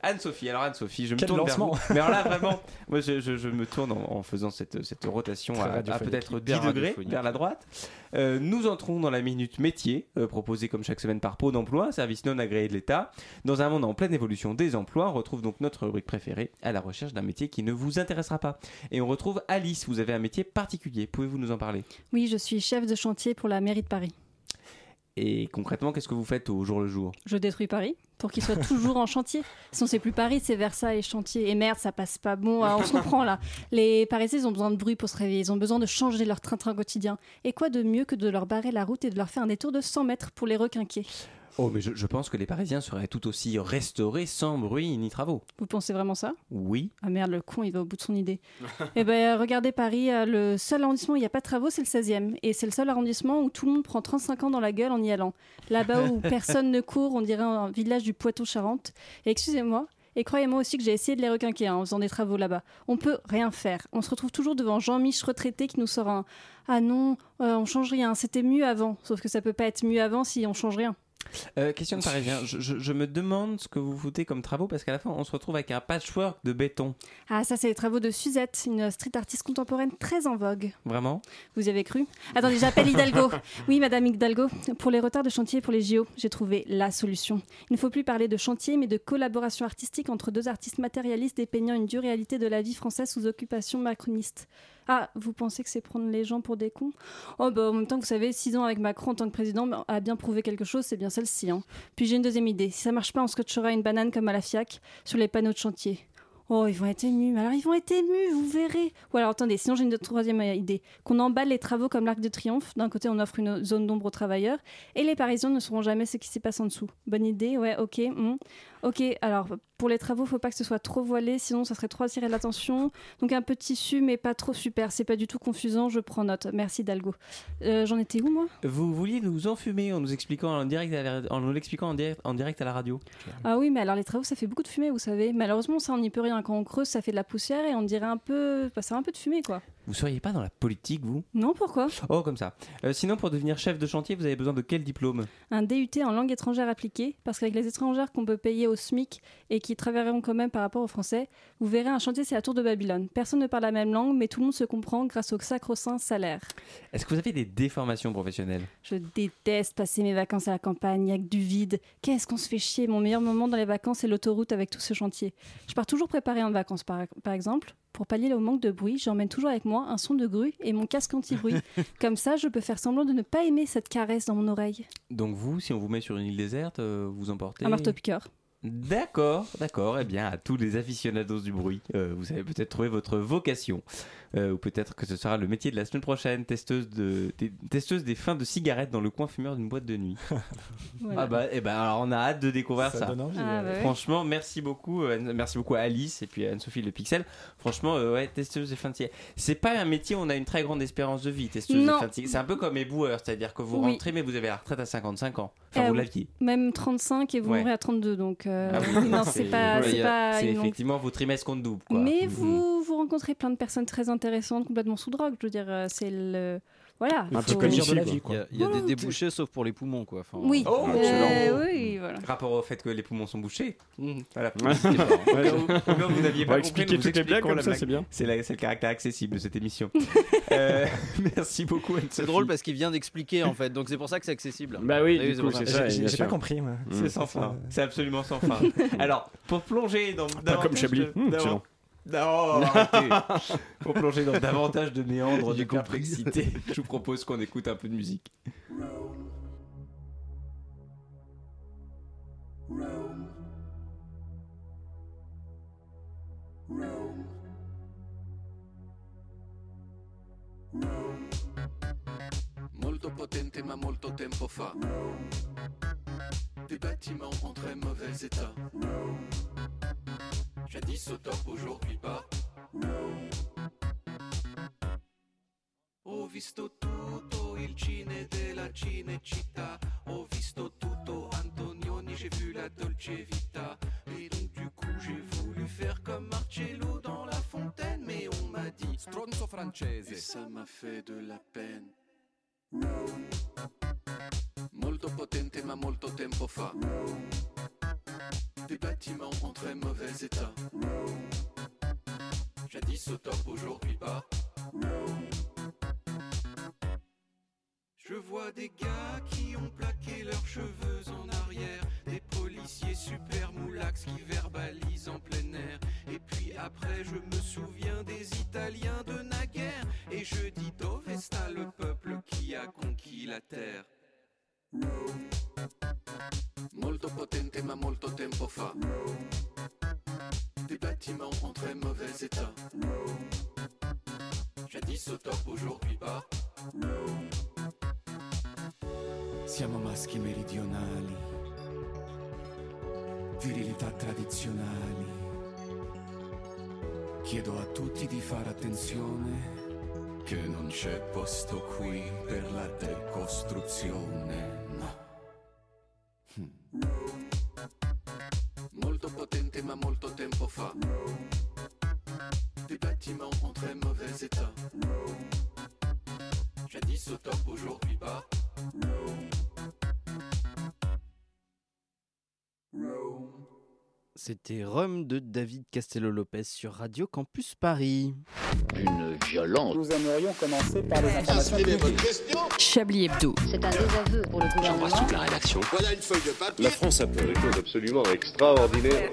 Speaker 1: Anne-Sophie, alors Anne-Sophie, je me
Speaker 6: Quel
Speaker 1: tourne vers
Speaker 6: lancement.
Speaker 1: vous. Mais alors là, vraiment, moi, je, je- je me tourne en, en faisant cette, cette rotation
Speaker 6: Très
Speaker 1: à- à,
Speaker 6: radiophonique.
Speaker 1: peut-être 10
Speaker 10: Hyper
Speaker 1: degrés
Speaker 10: radiophonique.
Speaker 1: vers la droite. Euh, nous entrons dans la minute métier, euh, proposée comme chaque semaine par Pôle emploi, service non agréé de l'État. Dans un monde en pleine évolution des emplois, on retrouve donc notre rubrique préférée, à la recherche d'un métier qui ne vous intéressera pas. Et on retrouve Alice, vous avez un métier particulier, pouvez-vous nous en parler
Speaker 9: Oui, je suis chef de chantier pour la mairie de Paris.
Speaker 1: Et concrètement, qu'est-ce que vous faites au jour le jour
Speaker 9: Je détruis Paris pour qu'il soit toujours en chantier. Sinon, c'est plus Paris, c'est Versailles, chantier. Et merde, ça passe pas bon. Ah, on se comprend là. Les Parisiens, ils ont besoin de bruit pour se réveiller. Ils ont besoin de changer leur train-train quotidien. Et quoi de mieux que de leur barrer la route et de leur faire un détour de 100 mètres pour les requinquer
Speaker 1: Oh, mais je, je pense que les Parisiens seraient tout aussi restaurés sans bruit ni travaux.
Speaker 9: Vous pensez vraiment ça
Speaker 1: Oui.
Speaker 9: Ah merde, le con, il va au bout de son idée. eh ben, euh, regardez Paris, euh, le seul arrondissement où il n'y a pas de travaux, c'est le 16e. Et c'est le seul arrondissement où tout le monde prend 35 ans dans la gueule en y allant. Là-bas où personne ne court, on dirait un village du Poitou-Charentes. Et excusez-moi, et croyez-moi aussi que j'ai essayé de les requinquer hein, en faisant des travaux là-bas. On peut rien faire. On se retrouve toujours devant Jean-Mich retraité qui nous sort un Ah non, euh, on change rien, c'était mieux avant. Sauf que ça peut pas être mieux avant si on change rien.
Speaker 1: Euh, question de Parisien, je, je- je me demande ce que vous foutez comme travaux parce qu'à la fin on se retrouve avec un patchwork de béton.
Speaker 9: Ah, ça, c'est les travaux de Suzette, une street artiste contemporaine très en vogue.
Speaker 1: Vraiment
Speaker 9: Vous y avez cru Attendez, j'appelle Hidalgo. Oui, madame Hidalgo, pour les retards de chantier et pour les JO, j'ai trouvé la solution. Il ne faut plus parler de chantier, mais de collaboration artistique entre deux artistes matérialistes dépeignant une dure réalité de la vie française sous occupation macroniste. Ah, vous pensez que c'est prendre les gens pour des cons Oh, bah en même temps, vous savez, six ans avec Macron en tant que président bah, a bien prouvé quelque chose, c'est bien celle-ci. hein. Puis j'ai une deuxième idée. Si ça marche pas, on scotchera une banane comme à la FIAC sur les panneaux de chantier. Oh, ils vont être émus. Mais Alors, ils vont être émus, vous verrez. Ou alors, attendez, sinon j'ai une autre- troisième euh, idée. Qu'on emballe les travaux comme l'Arc de Triomphe. D'un côté, on offre une zone d'ombre aux travailleurs. Et les Parisiens ne sauront jamais ce qui s'y passe en dessous. Bonne idée, ouais, ok. hmm. Ok, alors, pour les travaux, faut pas que ce soit trop voilé, sinon ça serait trop attirer l'attention. Donc, un peu de tissu, mais pas trop super. C'est pas du tout confusant, je prends note. Merci, Dalgo. Euh, J'en étais où, moi
Speaker 1: Vous vouliez nous enfumer en nous expliquant en direct à la, en nous l'expliquant en direct, en direct à la radio.
Speaker 9: Ah oui, mais alors les travaux, ça fait beaucoup de fumée, vous savez. Malheureusement, ça, on n'y peut rien. Quand on creuse, ça fait de la poussière et on dirait un peu. Bah, ça a un peu de fumée, quoi.
Speaker 1: Vous seriez pas dans la politique vous
Speaker 9: Non, pourquoi
Speaker 1: Oh comme ça. Euh, sinon pour devenir chef de chantier vous avez besoin de quel diplôme
Speaker 9: un DUT en langue étrangère appliquée, parce qu'avec les étrangères qu'on peut payer au SMIC et qui travailleront quand même par rapport aux Français, vous verrez un chantier, c'est la tour de Babylone. Personne ne parle la même langue, mais tout le monde se comprend grâce au sacro-saint salaire.
Speaker 1: Est-ce que vous avez des déformations professionnelles
Speaker 9: Je déteste passer mes vacances à la campagne, avec du vide. Qu'est-ce qu'on se fait chier Mon meilleur moment dans les vacances, c'est l'autoroute avec tout ce chantier. Je pars toujours préparée en vacances, par, par exemple. Pour pallier au manque de bruit, j'emmène toujours avec moi un son de grue et mon casque
Speaker 1: <laughs>
Speaker 9: anti-bruit. Comme ça, je peux faire semblant de ne pas aimer cette caresse dans mon oreille.
Speaker 1: Donc vous si on vous met sur une île déserte euh, vous emportez
Speaker 9: Un marteau-piqueur.
Speaker 1: D'accord, d'accord. Eh bien, à tous les aficionados du bruit, euh, vous avez peut-être trouvé votre vocation. Euh, ou peut-être que ce sera le métier de la semaine prochaine, testeuse, de, des, testeuse des fins de cigarettes dans le coin fumeur d'une boîte de nuit.
Speaker 9: Voilà.
Speaker 1: Ah bah, eh ben, alors on a hâte de découvrir ça.
Speaker 6: Ça donne envie, euh,
Speaker 9: Ah, ouais. bah oui.
Speaker 1: Franchement, merci beaucoup, euh, Anne- merci beaucoup à Alice et puis à Anne-Sophie Le Pixel. Franchement, euh, ouais, testeuse des fins de cigarettes. C'est pas un métier où on a une très grande espérance de vie, testeuse
Speaker 9: Non.
Speaker 1: des fins de cigarettes. C'est un peu comme éboueur, c'est-à-dire que vous
Speaker 9: Oui.
Speaker 1: rentrez mais vous avez la retraite à 55 ans. Enfin,
Speaker 9: Euh,
Speaker 1: vous l'aviez.
Speaker 9: même 35 et vous
Speaker 1: Ouais.
Speaker 9: mourrez à 32 donc euh,
Speaker 1: Ah
Speaker 9: <laughs>
Speaker 1: oui,
Speaker 9: non c'est pas
Speaker 1: ouais,
Speaker 9: c'est pas
Speaker 1: c'est
Speaker 9: une longue-
Speaker 1: effectivement vos trimestres comptent double. quoi.
Speaker 9: Ah, mais
Speaker 1: Mm.
Speaker 9: vous vous rencontrez plein de personnes très intéressantes complètement sous drogue je veux dire euh, c'est le voilà
Speaker 6: Un petit
Speaker 9: faut-
Speaker 6: peu
Speaker 10: Michel,
Speaker 6: dire de la
Speaker 10: quoi.
Speaker 6: vie, quoi.
Speaker 10: Il y a, il y a des débouchés sauf pour les poumons, quoi. Enfin,
Speaker 9: oui
Speaker 1: Oh,
Speaker 9: euh,
Speaker 1: excellent.
Speaker 9: oui voilà
Speaker 1: Rapport au fait que les poumons sont bouchés. Voilà.
Speaker 11: <laughs>
Speaker 10: <laughs>
Speaker 11: Ouais.
Speaker 1: Au cas où- au cas où vous n'aviez
Speaker 11: On va
Speaker 1: pas compris,
Speaker 11: expliquer
Speaker 1: nous vous
Speaker 11: toutes les blagues
Speaker 1: expliquons
Speaker 11: comme
Speaker 1: la
Speaker 11: ça,
Speaker 1: blague.
Speaker 11: c'est bien.
Speaker 1: C'est la- c'est le caractère accessible de
Speaker 11: <laughs>
Speaker 1: cette émission. Euh, <laughs> merci beaucoup.
Speaker 10: C'est drôle parce qu'il vient d'expliquer en fait, donc c'est pour ça que c'est accessible.
Speaker 11: Bah oui,
Speaker 10: Ah
Speaker 11: du
Speaker 10: c'est
Speaker 11: coup,
Speaker 10: pour ça.
Speaker 11: c'est ça.
Speaker 6: J'ai-
Speaker 11: bien
Speaker 6: J'ai j'ai pas
Speaker 11: sûr.
Speaker 6: compris, moi.
Speaker 1: c'est sans fin. C'est absolument
Speaker 11: <laughs>
Speaker 1: sans fin. Mmh. Alors, pour plonger dans
Speaker 11: Pas comme
Speaker 1: davantage
Speaker 11: Chablis.
Speaker 1: de-
Speaker 11: Hum,
Speaker 1: davan-
Speaker 11: excellent. <laughs>
Speaker 1: Non, arrêtez. pour plonger dans davantage de méandres de
Speaker 10: J'ai compris.
Speaker 11: <laughs>
Speaker 1: complexité, je vous propose qu'on écoute un peu de musique.
Speaker 12: Molto potente ma molto tempo fa. Des bâtiments en très mauvais état. Jadis au top, aujourd'hui bas. Ho visto tutto il cine della Cinecittà. Ho visto tutto Antonioni, j'ai vu la Dolce Vita. Et donc du coup j'ai voulu faire comme Marcello dans la fontaine, mais on m'a dit stronzo francese. Et ça m'a fait de la peine. Molto potente ma molto tempo fa. Des bâtiments en très mauvais état. Jadis au top, aujourd'hui bas. Je vois des gars qui ont plaqué leurs cheveux en arrière. Des policiers super moulax qui verbalisent en plein air. Et puis après, je me souviens des Italiens de naguère. Et je dis Dovesta, le peuple qui a conquis la terre. Molto potente ma molto tempo fa. Des bâtiments en très mauvais état. Jadis au top, aujourd'hui bas. Siamo maschi meridionali, virilità tradizionali. Chiedo a tutti di fare attenzione che non c'è posto qui per la decostruzione. no. Hm. Molto potente ma molto tempo fa. Des bâtiments en très mauvais état. Jadis au top, aujourd'hui bas.
Speaker 10: C'était Rome de David Castello Lopez sur Radio Campus Paris.
Speaker 3: Une violence.
Speaker 4: Nous aimerions commencer par les informations
Speaker 7: Chablis Hebdo.
Speaker 5: C'est un désaveu pour le gouvernement.
Speaker 3: toute la rédaction. Voilà une feuille de papier.
Speaker 13: La France a fait des choses absolument extraordinaires.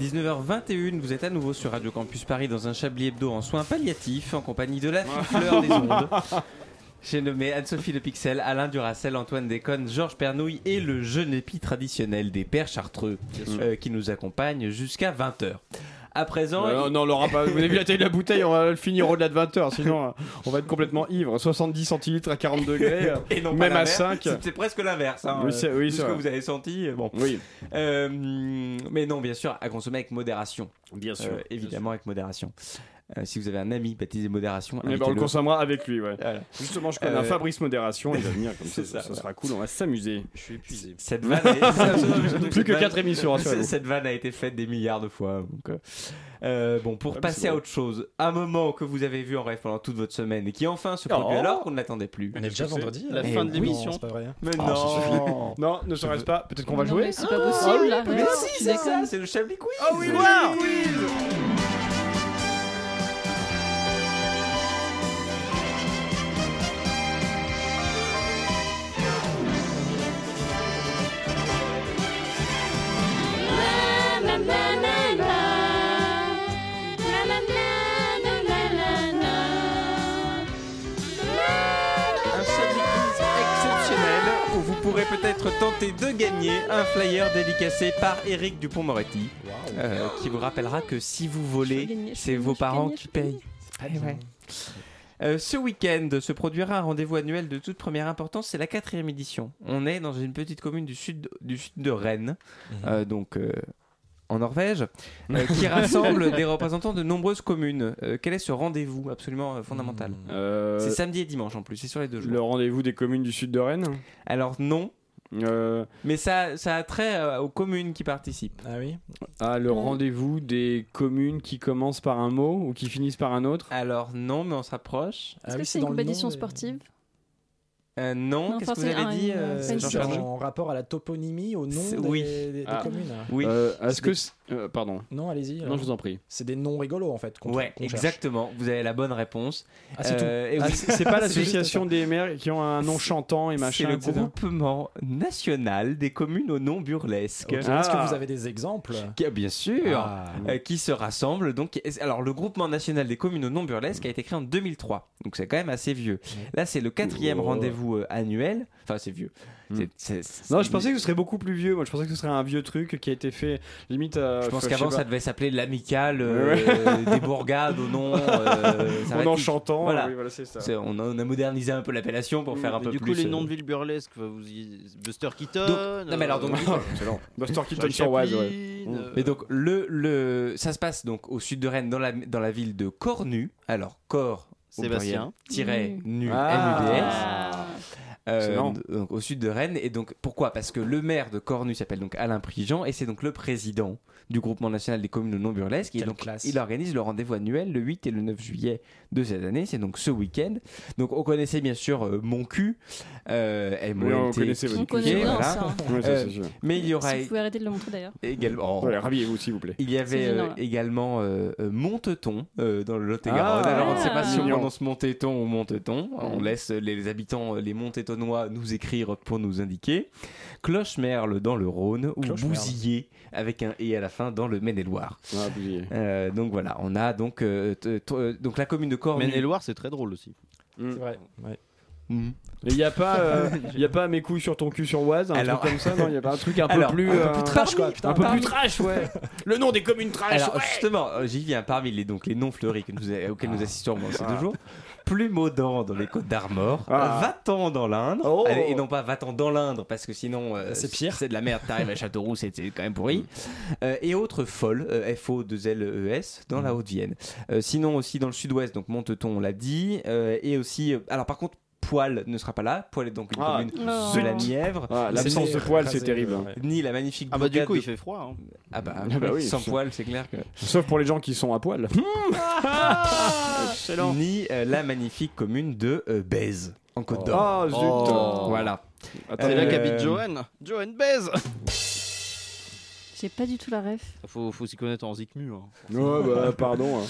Speaker 1: 19h21, vous êtes à nouveau sur Radio Campus Paris dans un Chablis Hebdo en soins palliatifs en compagnie de la
Speaker 11: <laughs>
Speaker 1: fleur des ondes. J'ai nommé Anne-Sophie Le Pixel, Alain Duracel, Antoine Déconne, Georges Pernouille et le jeune épi traditionnel des pères chartreux euh, qui nous accompagne jusqu'à 20h. À présent,
Speaker 11: Euh, non, non, Laura, pas- vous avez vu la taille de la bouteille, on va le finir au-delà de 20h, sinon euh, on va être complètement ivre. 70 centilitres à 40 degrés, euh,
Speaker 1: Et non pas
Speaker 11: même à
Speaker 1: l'inverse.
Speaker 11: 5.
Speaker 1: <laughs> C'est- C'est presque l'inverse. hein.
Speaker 11: Oui, c'est- oui,
Speaker 1: Tout
Speaker 11: c'est
Speaker 1: ce que
Speaker 11: vrai.
Speaker 1: vous avez senti. euh, Bon.
Speaker 11: Oui.
Speaker 1: Euh, mais non, bien sûr, à consommer avec modération. Euh,
Speaker 11: Bien sûr, bien
Speaker 1: évidemment, avec modération. Euh, si vous avez un ami baptisé modération,
Speaker 11: Eh ben, on le
Speaker 1: invitez-le.
Speaker 11: consommera avec lui, ouais. Justement, je connais
Speaker 1: Euh,
Speaker 11: un Fabrice Modération, il va venir comme ça,
Speaker 1: c'est ça,
Speaker 11: ça, sera cool, on va s'amuser. Bah, Je suis épuisé.
Speaker 1: Cette vanne
Speaker 11: <laughs>
Speaker 1: est- <laughs> surtout
Speaker 11: Plus
Speaker 1: cette
Speaker 11: que
Speaker 1: vanne-
Speaker 11: 4 émissions,
Speaker 1: <laughs>
Speaker 11: rassurez-vous.
Speaker 1: cette, cette vanne a été faite des milliards de fois. donc, euh, euh, bon, pour
Speaker 11: Ah, mais c'est
Speaker 1: passer à
Speaker 11: vrai.
Speaker 1: autre chose, un moment que vous avez vu en rêve pendant toute votre semaine et qui enfin se produit
Speaker 11: Oh.
Speaker 1: alors qu'on ne l'attendait plus.
Speaker 6: On est déjà vendredi,
Speaker 11: La
Speaker 1: Eh
Speaker 11: fin de
Speaker 1: oui.
Speaker 11: l'émission.
Speaker 6: c'est pas vrai.
Speaker 1: Mais
Speaker 11: Oh,
Speaker 1: non
Speaker 11: Non, ne serait-ce pas, peut-être qu'on va
Speaker 9: Non,
Speaker 11: jouer
Speaker 9: mais c'est pas
Speaker 11: Ah,
Speaker 9: possible,
Speaker 11: oui,
Speaker 9: Oh là,
Speaker 11: peut-être.
Speaker 9: arrête.
Speaker 11: Mais
Speaker 9: Tu
Speaker 11: si,
Speaker 1: C'est
Speaker 11: c'est ça
Speaker 1: ça, c'est le Chablis Quiz
Speaker 11: Ah oui,
Speaker 1: Le
Speaker 11: voilà.
Speaker 1: Chablis Quiz Un Chablis Quiz exceptionnel où vous pourrez peut-être tenter de gagner un flyer dédicacé par Eric Dupont-Moretti euh, qui vous rappellera que si vous
Speaker 9: Je peux
Speaker 1: volez,
Speaker 9: gagner, je
Speaker 1: c'est
Speaker 9: peux gagner, je
Speaker 1: vos
Speaker 9: peux
Speaker 1: parents
Speaker 9: gagner,
Speaker 1: qui
Speaker 9: je peux
Speaker 1: payent. Eh
Speaker 9: gagner.
Speaker 1: Euh, ce week-end se produira un rendez-vous annuel de toute première importance, c'est la quatrième édition. On est dans une petite commune du sud, du sud de Rennes, euh, donc euh, en Norvège, euh, qui rassemble des représentants de nombreuses communes. Euh, quel est ce rendez-vous absolument euh, fondamental
Speaker 11: Euh,
Speaker 1: C'est samedi et dimanche en plus, c'est sur les deux jours.
Speaker 11: Le rendez-vous des communes du sud de Rennes
Speaker 1: Alors non,
Speaker 11: Euh,
Speaker 1: mais ça, ça a trait euh, aux communes qui participent.
Speaker 6: Ah oui.
Speaker 11: Ah, le rendez-vous des communes qui commencent par un mot ou qui finissent par un autre
Speaker 1: Alors non, mais on s'approche.
Speaker 6: Ah
Speaker 9: Est-ce que
Speaker 6: oui,
Speaker 9: c'est une
Speaker 6: dans le nom
Speaker 9: compétition
Speaker 6: des-
Speaker 9: sportive
Speaker 1: Euh, non,
Speaker 9: Non,
Speaker 1: qu'est-ce que vous
Speaker 9: enfin, c'est
Speaker 1: avez dit
Speaker 9: un-
Speaker 1: euh,
Speaker 9: c'est une
Speaker 1: Jean
Speaker 6: C'est
Speaker 9: sorte-
Speaker 1: Chardin
Speaker 6: en rapport à la toponymie, au nom
Speaker 1: C'est-
Speaker 6: des,
Speaker 1: oui.
Speaker 6: des- des
Speaker 11: Ah.
Speaker 6: communes. hein.
Speaker 1: Oui.
Speaker 11: Euh, Est-ce
Speaker 6: C'est
Speaker 11: que.
Speaker 6: des-
Speaker 11: c'est- euh, pardon.
Speaker 6: Non, allez-y.
Speaker 11: Non,
Speaker 6: alors.
Speaker 11: je vous en prie.
Speaker 6: C'est des noms rigolos en fait. qu'on-
Speaker 1: Ouais,
Speaker 6: qu'on cherche.
Speaker 1: exactement. Vous avez la bonne réponse.
Speaker 6: Ah, c'est tout.
Speaker 1: Euh, et
Speaker 11: Ah,
Speaker 1: oui,
Speaker 11: c'est c'est
Speaker 1: <laughs>
Speaker 11: pas
Speaker 6: C'est juste
Speaker 11: l'association des maires qui ont un nom chantant et
Speaker 1: c'est
Speaker 11: machin.
Speaker 1: le
Speaker 11: etc.
Speaker 1: groupement national des communes au nom burlesque.
Speaker 6: Ok,
Speaker 11: Ah.
Speaker 6: Est-ce que vous avez des exemples
Speaker 1: Qui- Bien sûr.
Speaker 6: Ah.
Speaker 1: Euh, qui se rassemblent. Donc, alors, le groupement national des communes non burlesques a été créé en 2003, donc c'est quand même assez vieux. Là, c'est le quatrième
Speaker 11: Oh.
Speaker 1: rendez-vous euh, annuel. Enfin, c'est vieux.
Speaker 11: Mm.
Speaker 1: C'est- c'est- c'est-
Speaker 11: Non, je pensais que ce serait beaucoup plus vieux. Moi, je pensais que ce serait un vieux truc qui a été fait limite. euh,
Speaker 1: Je pense
Speaker 11: sais
Speaker 1: qu'avant,
Speaker 11: pas,
Speaker 1: ça devait s'appeler l'amicale euh, <laughs> des bourgades au <laughs> nom. euh, ça va
Speaker 11: En en
Speaker 1: être-
Speaker 11: chantant.
Speaker 1: Voilà.
Speaker 11: oui, voilà, c'est ça.
Speaker 1: C'est- on, a, on a modernisé un peu l'appellation pour faire un
Speaker 10: Mais
Speaker 1: peu
Speaker 10: du
Speaker 1: plus.
Speaker 10: coup, les
Speaker 1: euh,
Speaker 10: noms de villes burlesques, enfin, vous y... Buster Keaton.
Speaker 1: Donc- non, mais alors, donc,
Speaker 10: <laughs>
Speaker 1: du coup,
Speaker 11: Buster Keaton
Speaker 10: Charlie
Speaker 11: sur Oise, ouais.
Speaker 10: Chaplin, euh,
Speaker 1: Mais donc le, le ça se passe donc au sud de Rennes dans la dans la ville de Cornu. Alors Cor au
Speaker 10: Sébastien.
Speaker 1: pluriel, tiret
Speaker 10: Mmh.
Speaker 1: nu
Speaker 11: Ah.
Speaker 1: NUDS, euh,
Speaker 11: Excellent.
Speaker 1: donc au sud de Rennes et donc pourquoi parce que le maire de Cornu s'appelle donc Alain Prigent et c'est donc le président du groupement national des communes non burlesques et
Speaker 6: Quelle
Speaker 1: donc
Speaker 6: classe.
Speaker 1: il organise le rendez-vous annuel le 8 et le 9 juillet de cette année c'est donc ce week-end donc on connaissait bien sûr euh, mon cul euh,
Speaker 11: Oui, on
Speaker 1: M.O.N.T.,
Speaker 11: connaissait votre
Speaker 9: On
Speaker 11: Ok,
Speaker 9: connaît hein. bien
Speaker 1: voilà.
Speaker 9: ça.
Speaker 11: Ouais, ça,
Speaker 1: Euh,
Speaker 11: c'est sûr.
Speaker 1: mais il y aura
Speaker 9: Si vous pouvez arrêter de le montrer d'ailleurs.
Speaker 1: également oh,
Speaker 11: Voilà, Rhabillez-vous, s'il vous
Speaker 1: <laughs>
Speaker 11: plaît.
Speaker 1: il y avait
Speaker 9: gênant,
Speaker 1: euh,
Speaker 9: là.
Speaker 1: également euh, euh, Monteton euh, dans le Lot-et-Garonne.
Speaker 11: Ah,
Speaker 1: Alors on ne sait pas
Speaker 9: ah.
Speaker 1: si on
Speaker 11: mignon.
Speaker 1: prononce Monteton ou Monteton. On laisse les, les habitants, euh, les Montétonois, nous écrire pour nous indiquer. Clochemerle dans le Rhône ou
Speaker 6: Clochemerle.
Speaker 1: Bouzillé avec un et à la fin dans le Maine-et-Loire.
Speaker 11: Ah, oubliez.
Speaker 1: Euh, donc voilà, on a donc euh, t- t- euh, donc la commune de Cornu.
Speaker 10: Maine-et-Loire, c'est très drôle aussi.
Speaker 1: Mm.
Speaker 6: C'est vrai. ouais.
Speaker 1: Mhm.
Speaker 11: Et il n'y a pas,
Speaker 1: <laughs>
Speaker 11: euh, y a pas mes couilles sur ton cul sur Oise, un
Speaker 1: Alors-
Speaker 11: truc comme ça, non Il y a pas un truc un
Speaker 1: Alors,
Speaker 11: peu plus,
Speaker 1: un peu
Speaker 11: euh,
Speaker 1: plus
Speaker 6: trash, quoi, putain,
Speaker 11: un peu
Speaker 6: parmi-
Speaker 11: plus trash, ouais. Le nom des communes trash.
Speaker 1: Alors
Speaker 11: ouais.
Speaker 1: justement, euh, j'y viens parmi les donc les non fleuris que nous, a- auxquels
Speaker 6: Ah.
Speaker 1: nous assistons pendant ces deux jours. Plumeaudan dans les Côtes d'Armor,
Speaker 11: Ah.
Speaker 1: Vatan dans l'Indre,
Speaker 11: Oh.
Speaker 1: Allez, et non pas Vatan dans l'Indre parce que sinon euh,
Speaker 6: C'est pire. Mm.
Speaker 1: c'est de la merde. T'arrives à Châteauroux, c'est c'est quand même pourri. Euh, et autre folle, F O 2 L E S dans la Haute-Vienne. Euh, sinon aussi dans le Sud-Ouest, donc Monteton, on l'a dit, euh, et aussi euh, alors par contre Poil ne sera pas là. Poil est donc une
Speaker 11: Ah,
Speaker 1: commune
Speaker 9: zut.
Speaker 1: de la Nièvre.
Speaker 11: Ah, L'absence
Speaker 6: C'est-
Speaker 11: de poils,
Speaker 6: écrasé,
Speaker 11: c'est terrible.
Speaker 6: ouais.
Speaker 1: Ni la magnifique
Speaker 10: Ah bah du
Speaker 1: bourgade
Speaker 10: coup,
Speaker 1: de-
Speaker 10: il fait froid. hein.
Speaker 1: ah bah,
Speaker 11: Ah bah oui,
Speaker 1: sans
Speaker 11: c'est-
Speaker 1: poil c'est clair que
Speaker 11: Sauf pour les gens qui sont à poil. Excellent.
Speaker 1: ni euh, la magnifique commune de euh, Bèze en Côte d'Or.
Speaker 11: Ah zut.
Speaker 10: Oh.
Speaker 1: Voilà.
Speaker 11: Attends,
Speaker 10: C'est là
Speaker 1: Euh,
Speaker 10: qu'habite Johan. Johan Baise.
Speaker 9: J'ai pas du tout la ref.
Speaker 10: Faut, faut s'y connaître en zikmu. Hein,
Speaker 11: Ouais, bah, <laughs> pardon. hein.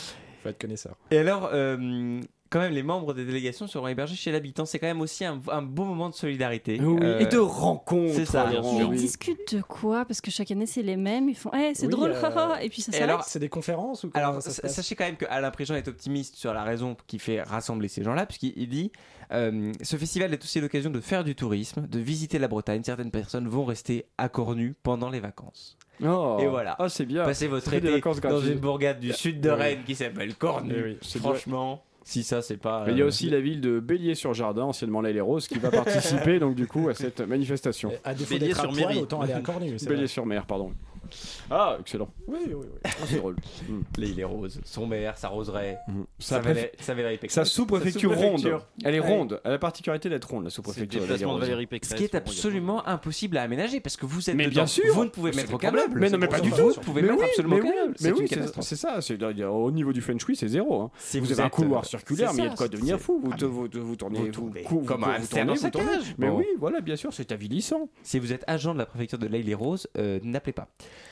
Speaker 6: Faut être connaisseur.
Speaker 1: Et alors, euh, quand même, les membres des délégations seront hébergés chez l'habitant. C'est quand même aussi un, un beau moment de solidarité.
Speaker 11: Oui,
Speaker 1: Euh,
Speaker 11: et de rencontre,
Speaker 1: C'est ça.
Speaker 11: Laurent,
Speaker 9: Ils discutent de quoi Parce que chaque année, c'est les mêmes. Ils font Eh, c'est
Speaker 1: Oui,
Speaker 9: drôle,
Speaker 1: euh,
Speaker 9: haha <laughs> Et puis ça
Speaker 1: et alors,
Speaker 9: s'arrête.
Speaker 6: C'est des conférences ou comment
Speaker 1: Alors,
Speaker 6: ça se
Speaker 1: sa-
Speaker 6: passe
Speaker 1: sachez quand même que Alain Préjean est optimiste sur la raison qui fait rassembler ces gens-là, puisqu'il il dit euh, Ce festival est aussi l'occasion de faire du tourisme, de visiter la Bretagne. Certaines personnes vont rester à Cornu pendant les vacances.
Speaker 11: Oh.
Speaker 1: Et voilà.
Speaker 11: Ah, c'est bien.
Speaker 1: Passez votre
Speaker 11: Ça fait des
Speaker 1: été
Speaker 11: vacances
Speaker 1: dans
Speaker 11: gratuites. Ah.
Speaker 1: une bourgade du sud de
Speaker 11: Oui.
Speaker 1: Rennes qui s'appelle Cornu.
Speaker 11: Eh oui, c'est bien.
Speaker 1: Franchement, si ça, c'est pas.
Speaker 11: Mais il y a
Speaker 1: euh,
Speaker 11: aussi la ville de Bélier-sur-Jardin, anciennement les roses qui va <laughs> participer donc du coup à cette manifestation.
Speaker 6: À défaut d'être à poil, autant aller à Cornu. c'est vrai.
Speaker 11: Bélier-sur-Mer, pardon. Ah, excellent.
Speaker 6: Oui, oui, oui.
Speaker 11: Ah, c'est <laughs> drôle.
Speaker 1: Les, les roses, son maire, sa roseraie,
Speaker 11: Sa
Speaker 1: sa,
Speaker 11: préf-
Speaker 1: Valérie- sa Valérie Pécresse.
Speaker 11: Sa sous-préfecture
Speaker 1: sous-préfecture.
Speaker 11: ronde. Elle est
Speaker 1: Ouais.
Speaker 11: ronde. Elle a la particularité d'être ronde, la
Speaker 10: C'est
Speaker 11: sous-préfecture.
Speaker 10: le déplacement de
Speaker 11: Valérie-Rose.
Speaker 10: Valérie Pécresse.
Speaker 1: Ce qui est absolument impossible à aménager parce que vous êtes
Speaker 11: Mais
Speaker 1: dedans.
Speaker 11: bien sûr.
Speaker 1: vous ne pouvez
Speaker 11: C'est
Speaker 1: mettre
Speaker 11: le
Speaker 1: au câblable.
Speaker 11: Mais non, mais pas du tout.
Speaker 1: Vous ne pouvez
Speaker 11: Mais
Speaker 1: mettre
Speaker 11: oui,
Speaker 1: absolument
Speaker 11: mais
Speaker 1: au
Speaker 11: oui,
Speaker 1: câblable.
Speaker 11: mais
Speaker 1: C'est
Speaker 11: oui,
Speaker 1: une
Speaker 11: c'est-
Speaker 1: catastrophe.
Speaker 11: C'est ça. c'est- Au niveau du feng-shui, c'est zéro. hein.
Speaker 1: Si
Speaker 11: vous,
Speaker 1: vous
Speaker 11: avez un
Speaker 1: êtes,
Speaker 11: couloir
Speaker 1: euh,
Speaker 11: circulaire,
Speaker 1: c'est
Speaker 11: mais il y a
Speaker 1: ça,
Speaker 11: de quoi
Speaker 1: c'est-
Speaker 11: devenir fou. Vous, te- vous, te- vous tournez,
Speaker 1: Vous
Speaker 11: vous,
Speaker 1: tournez
Speaker 11: cou-
Speaker 1: comme
Speaker 11: vous-
Speaker 1: un
Speaker 11: vous
Speaker 1: hamster
Speaker 11: tournez,
Speaker 1: dans
Speaker 11: vous
Speaker 1: sa
Speaker 11: tournez.
Speaker 1: cage.
Speaker 11: Mais
Speaker 1: Bon.
Speaker 11: oui, voilà, bien sûr, c'est avilissant.
Speaker 1: Si vous êtes agent de la préfecture de l'Aile les Roses, n'appelez pas.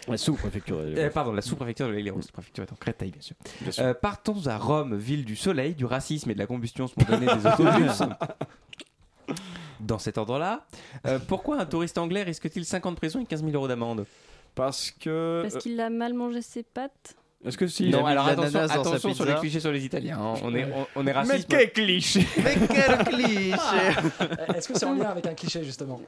Speaker 11: La sous-préfecture.
Speaker 1: Euh, pardon, la sous-préfecture de l'Aile les Roses. La préfecture est en Créteil, bien sûr.
Speaker 11: Bien sûr.
Speaker 1: Euh, partons à Rome, ville du soleil, du racisme et de la combustion spontanée
Speaker 10: <laughs>
Speaker 1: des autobus. Dans cet ordre-là, euh, pourquoi un touriste anglais risque-t-il 50 prisons et 15 000 euros d'amende
Speaker 11: Parce
Speaker 1: euh,
Speaker 11: que. euh,
Speaker 9: Parce qu'il a mal mangé ses pattes.
Speaker 11: Est-ce que si.
Speaker 1: Non,
Speaker 10: mis
Speaker 1: alors
Speaker 10: de
Speaker 1: attention,
Speaker 10: l'ananas dans sa
Speaker 1: attention sur
Speaker 10: pizza.
Speaker 1: les clichés sur les Italiens. hein. On est, on, on est
Speaker 11: Mais
Speaker 1: raciste.
Speaker 11: quel cliché
Speaker 10: Mais quel cliché
Speaker 6: Est-ce que c'est en lien avec un cliché justement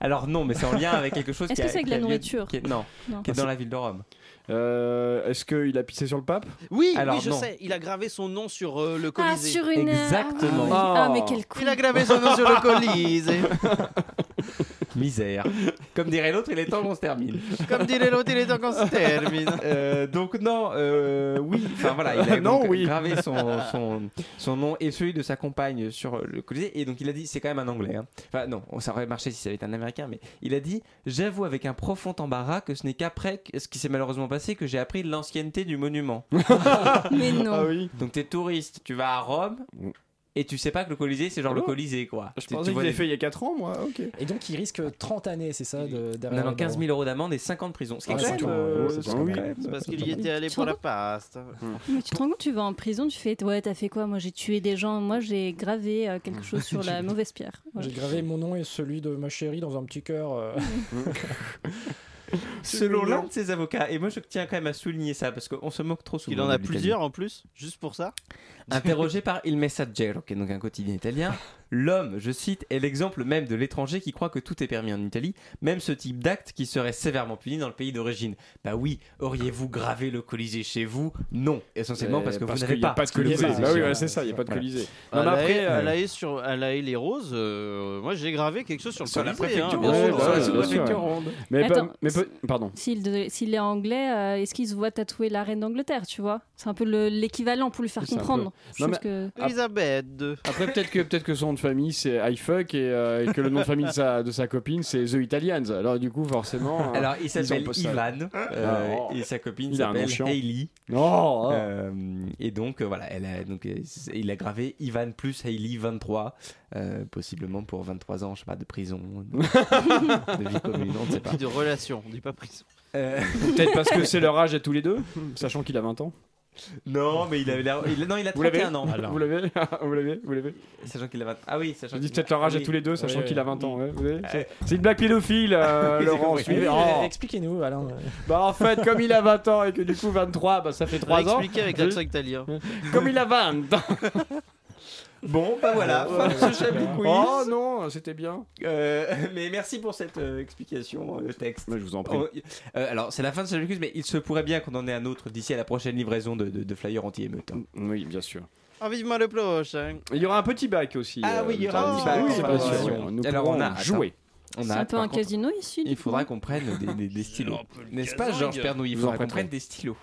Speaker 1: Alors non, mais c'est en lien avec quelque chose.
Speaker 9: Est-ce
Speaker 1: qui
Speaker 9: que
Speaker 1: a-
Speaker 9: c'est avec
Speaker 1: qui
Speaker 9: la
Speaker 1: a lieu-
Speaker 9: nourriture
Speaker 1: qui est- Non,
Speaker 9: Non.
Speaker 1: qui est dans la ville de Rome.
Speaker 11: Euh, Est-ce qu'il a pissé sur le pape
Speaker 10: Oui,
Speaker 1: Alors,
Speaker 10: oui, je
Speaker 1: non.
Speaker 10: sais. Il a gravé son nom sur euh, le
Speaker 9: Ah,
Speaker 10: Colisée.
Speaker 9: sur une.
Speaker 1: Exactement.
Speaker 9: Ah,
Speaker 11: Ah.
Speaker 6: Oh.
Speaker 9: mais quel coup.
Speaker 10: Il a gravé son nom sur le Colisée.
Speaker 1: Misère. Comme dirait l'autre, il est temps qu'on se termine.
Speaker 10: Comme dirait l'autre, il est temps qu'on se termine.
Speaker 1: <laughs> Euh, donc non, euh, oui. Enfin voilà, il a
Speaker 11: Non,
Speaker 1: donc
Speaker 11: oui.
Speaker 1: gravé son, son, son nom et celui de sa compagne sur le Colisée. Et donc il a dit, c'est quand même un Anglais. hein. Enfin non, ça aurait marché si ça avait été un Américain, mais il a dit, j'avoue avec un profond embarras que ce n'est qu'après que- ce qui s'est malheureusement passé que j'ai appris l'ancienneté du monument.
Speaker 9: Mais non.
Speaker 1: Ah
Speaker 11: oui.
Speaker 1: Donc t'es touriste, tu vas à Rome et tu sais pas que le Colisée, c'est genre le
Speaker 11: Oh.
Speaker 1: Colisée quoi.
Speaker 11: Je
Speaker 1: Tu-
Speaker 11: pensais
Speaker 1: tu
Speaker 11: qu'il
Speaker 1: vois
Speaker 11: l'ai
Speaker 1: des-
Speaker 11: fait il y a 4 ans, moi. Ok.
Speaker 6: Et donc il risque 30 années, c'est ça de,
Speaker 1: Non,
Speaker 6: derrière
Speaker 1: non,
Speaker 6: la
Speaker 1: 15
Speaker 6: barre.
Speaker 1: 000 euros d'amende et 50 prisons. Ce qui est
Speaker 6: Ah,
Speaker 1: quand
Speaker 6: c'est
Speaker 1: même,
Speaker 6: tout.
Speaker 1: euh,
Speaker 6: Ouais,
Speaker 11: c'est
Speaker 6: quand
Speaker 11: quand
Speaker 6: même.
Speaker 11: même.
Speaker 10: C'est parce qu'il y était allé pour la paste.
Speaker 9: Mais tu te rends compte, tu vas en prison, tu fais Ouais, t'as fait quoi Moi, j'ai tué des gens. Moi, j'ai gravé euh,
Speaker 1: <laughs>
Speaker 9: quelque chose sur la mauvaise pierre. Voilà.
Speaker 6: J'ai gravé mon nom et celui de ma chérie dans un petit cœur. euh,
Speaker 1: Selon l'un de ses avocats, et moi je tiens quand même à souligner ça parce qu'on se moque trop souvent.
Speaker 10: Il en a
Speaker 1: de l'Italie.
Speaker 10: plusieurs en plus, juste pour ça.
Speaker 1: Interrogé par Il Messaggero, qui est donc un quotidien italien, l'homme, je cite, est l'exemple même de l'étranger qui croit que tout est permis en Italie, même ce type d'acte qui serait sévèrement puni dans le pays d'origine. Bah oui, auriez-vous gravé le Colisée chez vous Non,
Speaker 11: Euh,
Speaker 1: essentiellement parce que vous
Speaker 11: qu'il
Speaker 1: n'avez
Speaker 11: n'y a
Speaker 1: pas.
Speaker 11: pas de Colisée.
Speaker 6: Colisée.
Speaker 11: Bah oui,
Speaker 6: Voilà,
Speaker 11: ouais, c'est ça, il n'y a pas de
Speaker 6: voilà.
Speaker 11: Colisée.
Speaker 10: À
Speaker 11: Non, mais
Speaker 10: la
Speaker 11: après,
Speaker 10: haie-
Speaker 11: euh,
Speaker 10: à la haie sur à la haie les roses, euh, moi j'ai gravé quelque chose sur le
Speaker 1: Sur la
Speaker 10: Colisée, hein,
Speaker 1: préfecture,
Speaker 10: bien
Speaker 11: ouais,
Speaker 10: sûr.
Speaker 11: bah
Speaker 10: Sur la
Speaker 11: ouais, bien
Speaker 10: sous-préfecture.
Speaker 11: sûr.
Speaker 1: ronde.
Speaker 11: mais pas-
Speaker 9: Attends.
Speaker 11: mais peu- Pardon.
Speaker 9: S'il de- s'il est anglais, euh, est-ce qu'il se voit tatouer la reine d'Angleterre, tu vois C'est un peu le- l'équivalent pour lui faire
Speaker 11: C'est un peu-
Speaker 9: comprendre. Je
Speaker 11: Non,
Speaker 9: pense que...
Speaker 10: Elisabeth II.
Speaker 11: Après, peut-être que, peut que son nom de famille c'est I fuck et, euh, et que le nom de famille de sa, de sa copine c'est The Italians. Alors, du coup, forcément. euh,
Speaker 1: Alors il
Speaker 11: Ils
Speaker 1: s'appelle
Speaker 11: ont pas ça.
Speaker 1: Ivan, euh,
Speaker 11: Oh.
Speaker 1: et sa copine
Speaker 11: Il a un nom
Speaker 1: s'appelle
Speaker 11: chiant.
Speaker 1: Hailey.
Speaker 11: Oh, oh.
Speaker 1: Euh, et donc euh, voilà, elle a, donc, euh, c'est- il a gravé Ivan plus Hailey 23, euh, possiblement pour 23 ans, je sais pas, de prison, de, de vie commune, on ne sait pas.
Speaker 10: Puis de relation, on dit pas prison.
Speaker 1: Euh,
Speaker 11: Peut-être parce que c'est leur âge à tous les deux, sachant qu'il a 20 ans.
Speaker 1: non, mais il avait l'air- il- non, il a
Speaker 11: Vous l'avez
Speaker 1: 31 ans.
Speaker 11: Vous l'avez <laughs> Vous l'avez Vous l'avez
Speaker 1: Sachant qu'il a 20 Ah oui,
Speaker 11: Je
Speaker 1: sachant
Speaker 11: dis
Speaker 1: qu'il-
Speaker 11: peut-être leur âge
Speaker 1: oui.
Speaker 11: à tous les deux, sachant
Speaker 6: Oui, oui.
Speaker 11: qu'il a 20 ans. ouais, vous voyez
Speaker 1: Euh,
Speaker 11: C'est une blague pédophile, euh,
Speaker 1: <laughs> Oui, j'ai
Speaker 11: Laurent.
Speaker 1: compris.
Speaker 11: suivez.
Speaker 6: oui,
Speaker 11: Oh.
Speaker 6: Expliquez-nous, Alain.
Speaker 11: Bah, en fait, comme il a 20 ans et que du coup 23, bah, ça fait 3 ans.
Speaker 10: Expliqué avec
Speaker 11: je-
Speaker 10: l'accent italien.
Speaker 11: Comme il a 20 ans.
Speaker 1: <laughs> Bon, bah voilà, fin de ce chapitre quiz.
Speaker 11: Oh non, c'était bien.
Speaker 1: Euh, mais merci pour cette euh, explication, euh, texte.
Speaker 11: Mais je vous en prie.
Speaker 1: Oh, y- euh, alors, c'est la fin de ce chapitre quiz, mais il se pourrait bien qu'on en ait un autre d'ici à la prochaine livraison de, de, de flyers anti-émeute. hein.
Speaker 11: Oui, bien sûr.
Speaker 10: Ah, vivement le hein. prochain.
Speaker 11: Il y aura un petit bac aussi. euh,
Speaker 1: Ah oui, il y aura un petit bac,
Speaker 11: Oui,
Speaker 1: c'est
Speaker 11: bien
Speaker 1: pas
Speaker 11: sûr.
Speaker 1: sûr.
Speaker 11: Nous
Speaker 1: Alors,
Speaker 11: pourrons
Speaker 1: on a-
Speaker 11: jouer.
Speaker 1: On
Speaker 9: C'est un
Speaker 1: hâte,
Speaker 9: peu
Speaker 1: par
Speaker 9: un
Speaker 1: contre.
Speaker 9: casino issu du
Speaker 1: Il faudra
Speaker 9: coup.
Speaker 1: qu'on prenne des, des- des stylos. <laughs> N'est-ce pas, Georges Pernouillet Il
Speaker 11: Vous en
Speaker 1: faudra qu'on
Speaker 11: prêterez.
Speaker 1: prenne des stylos.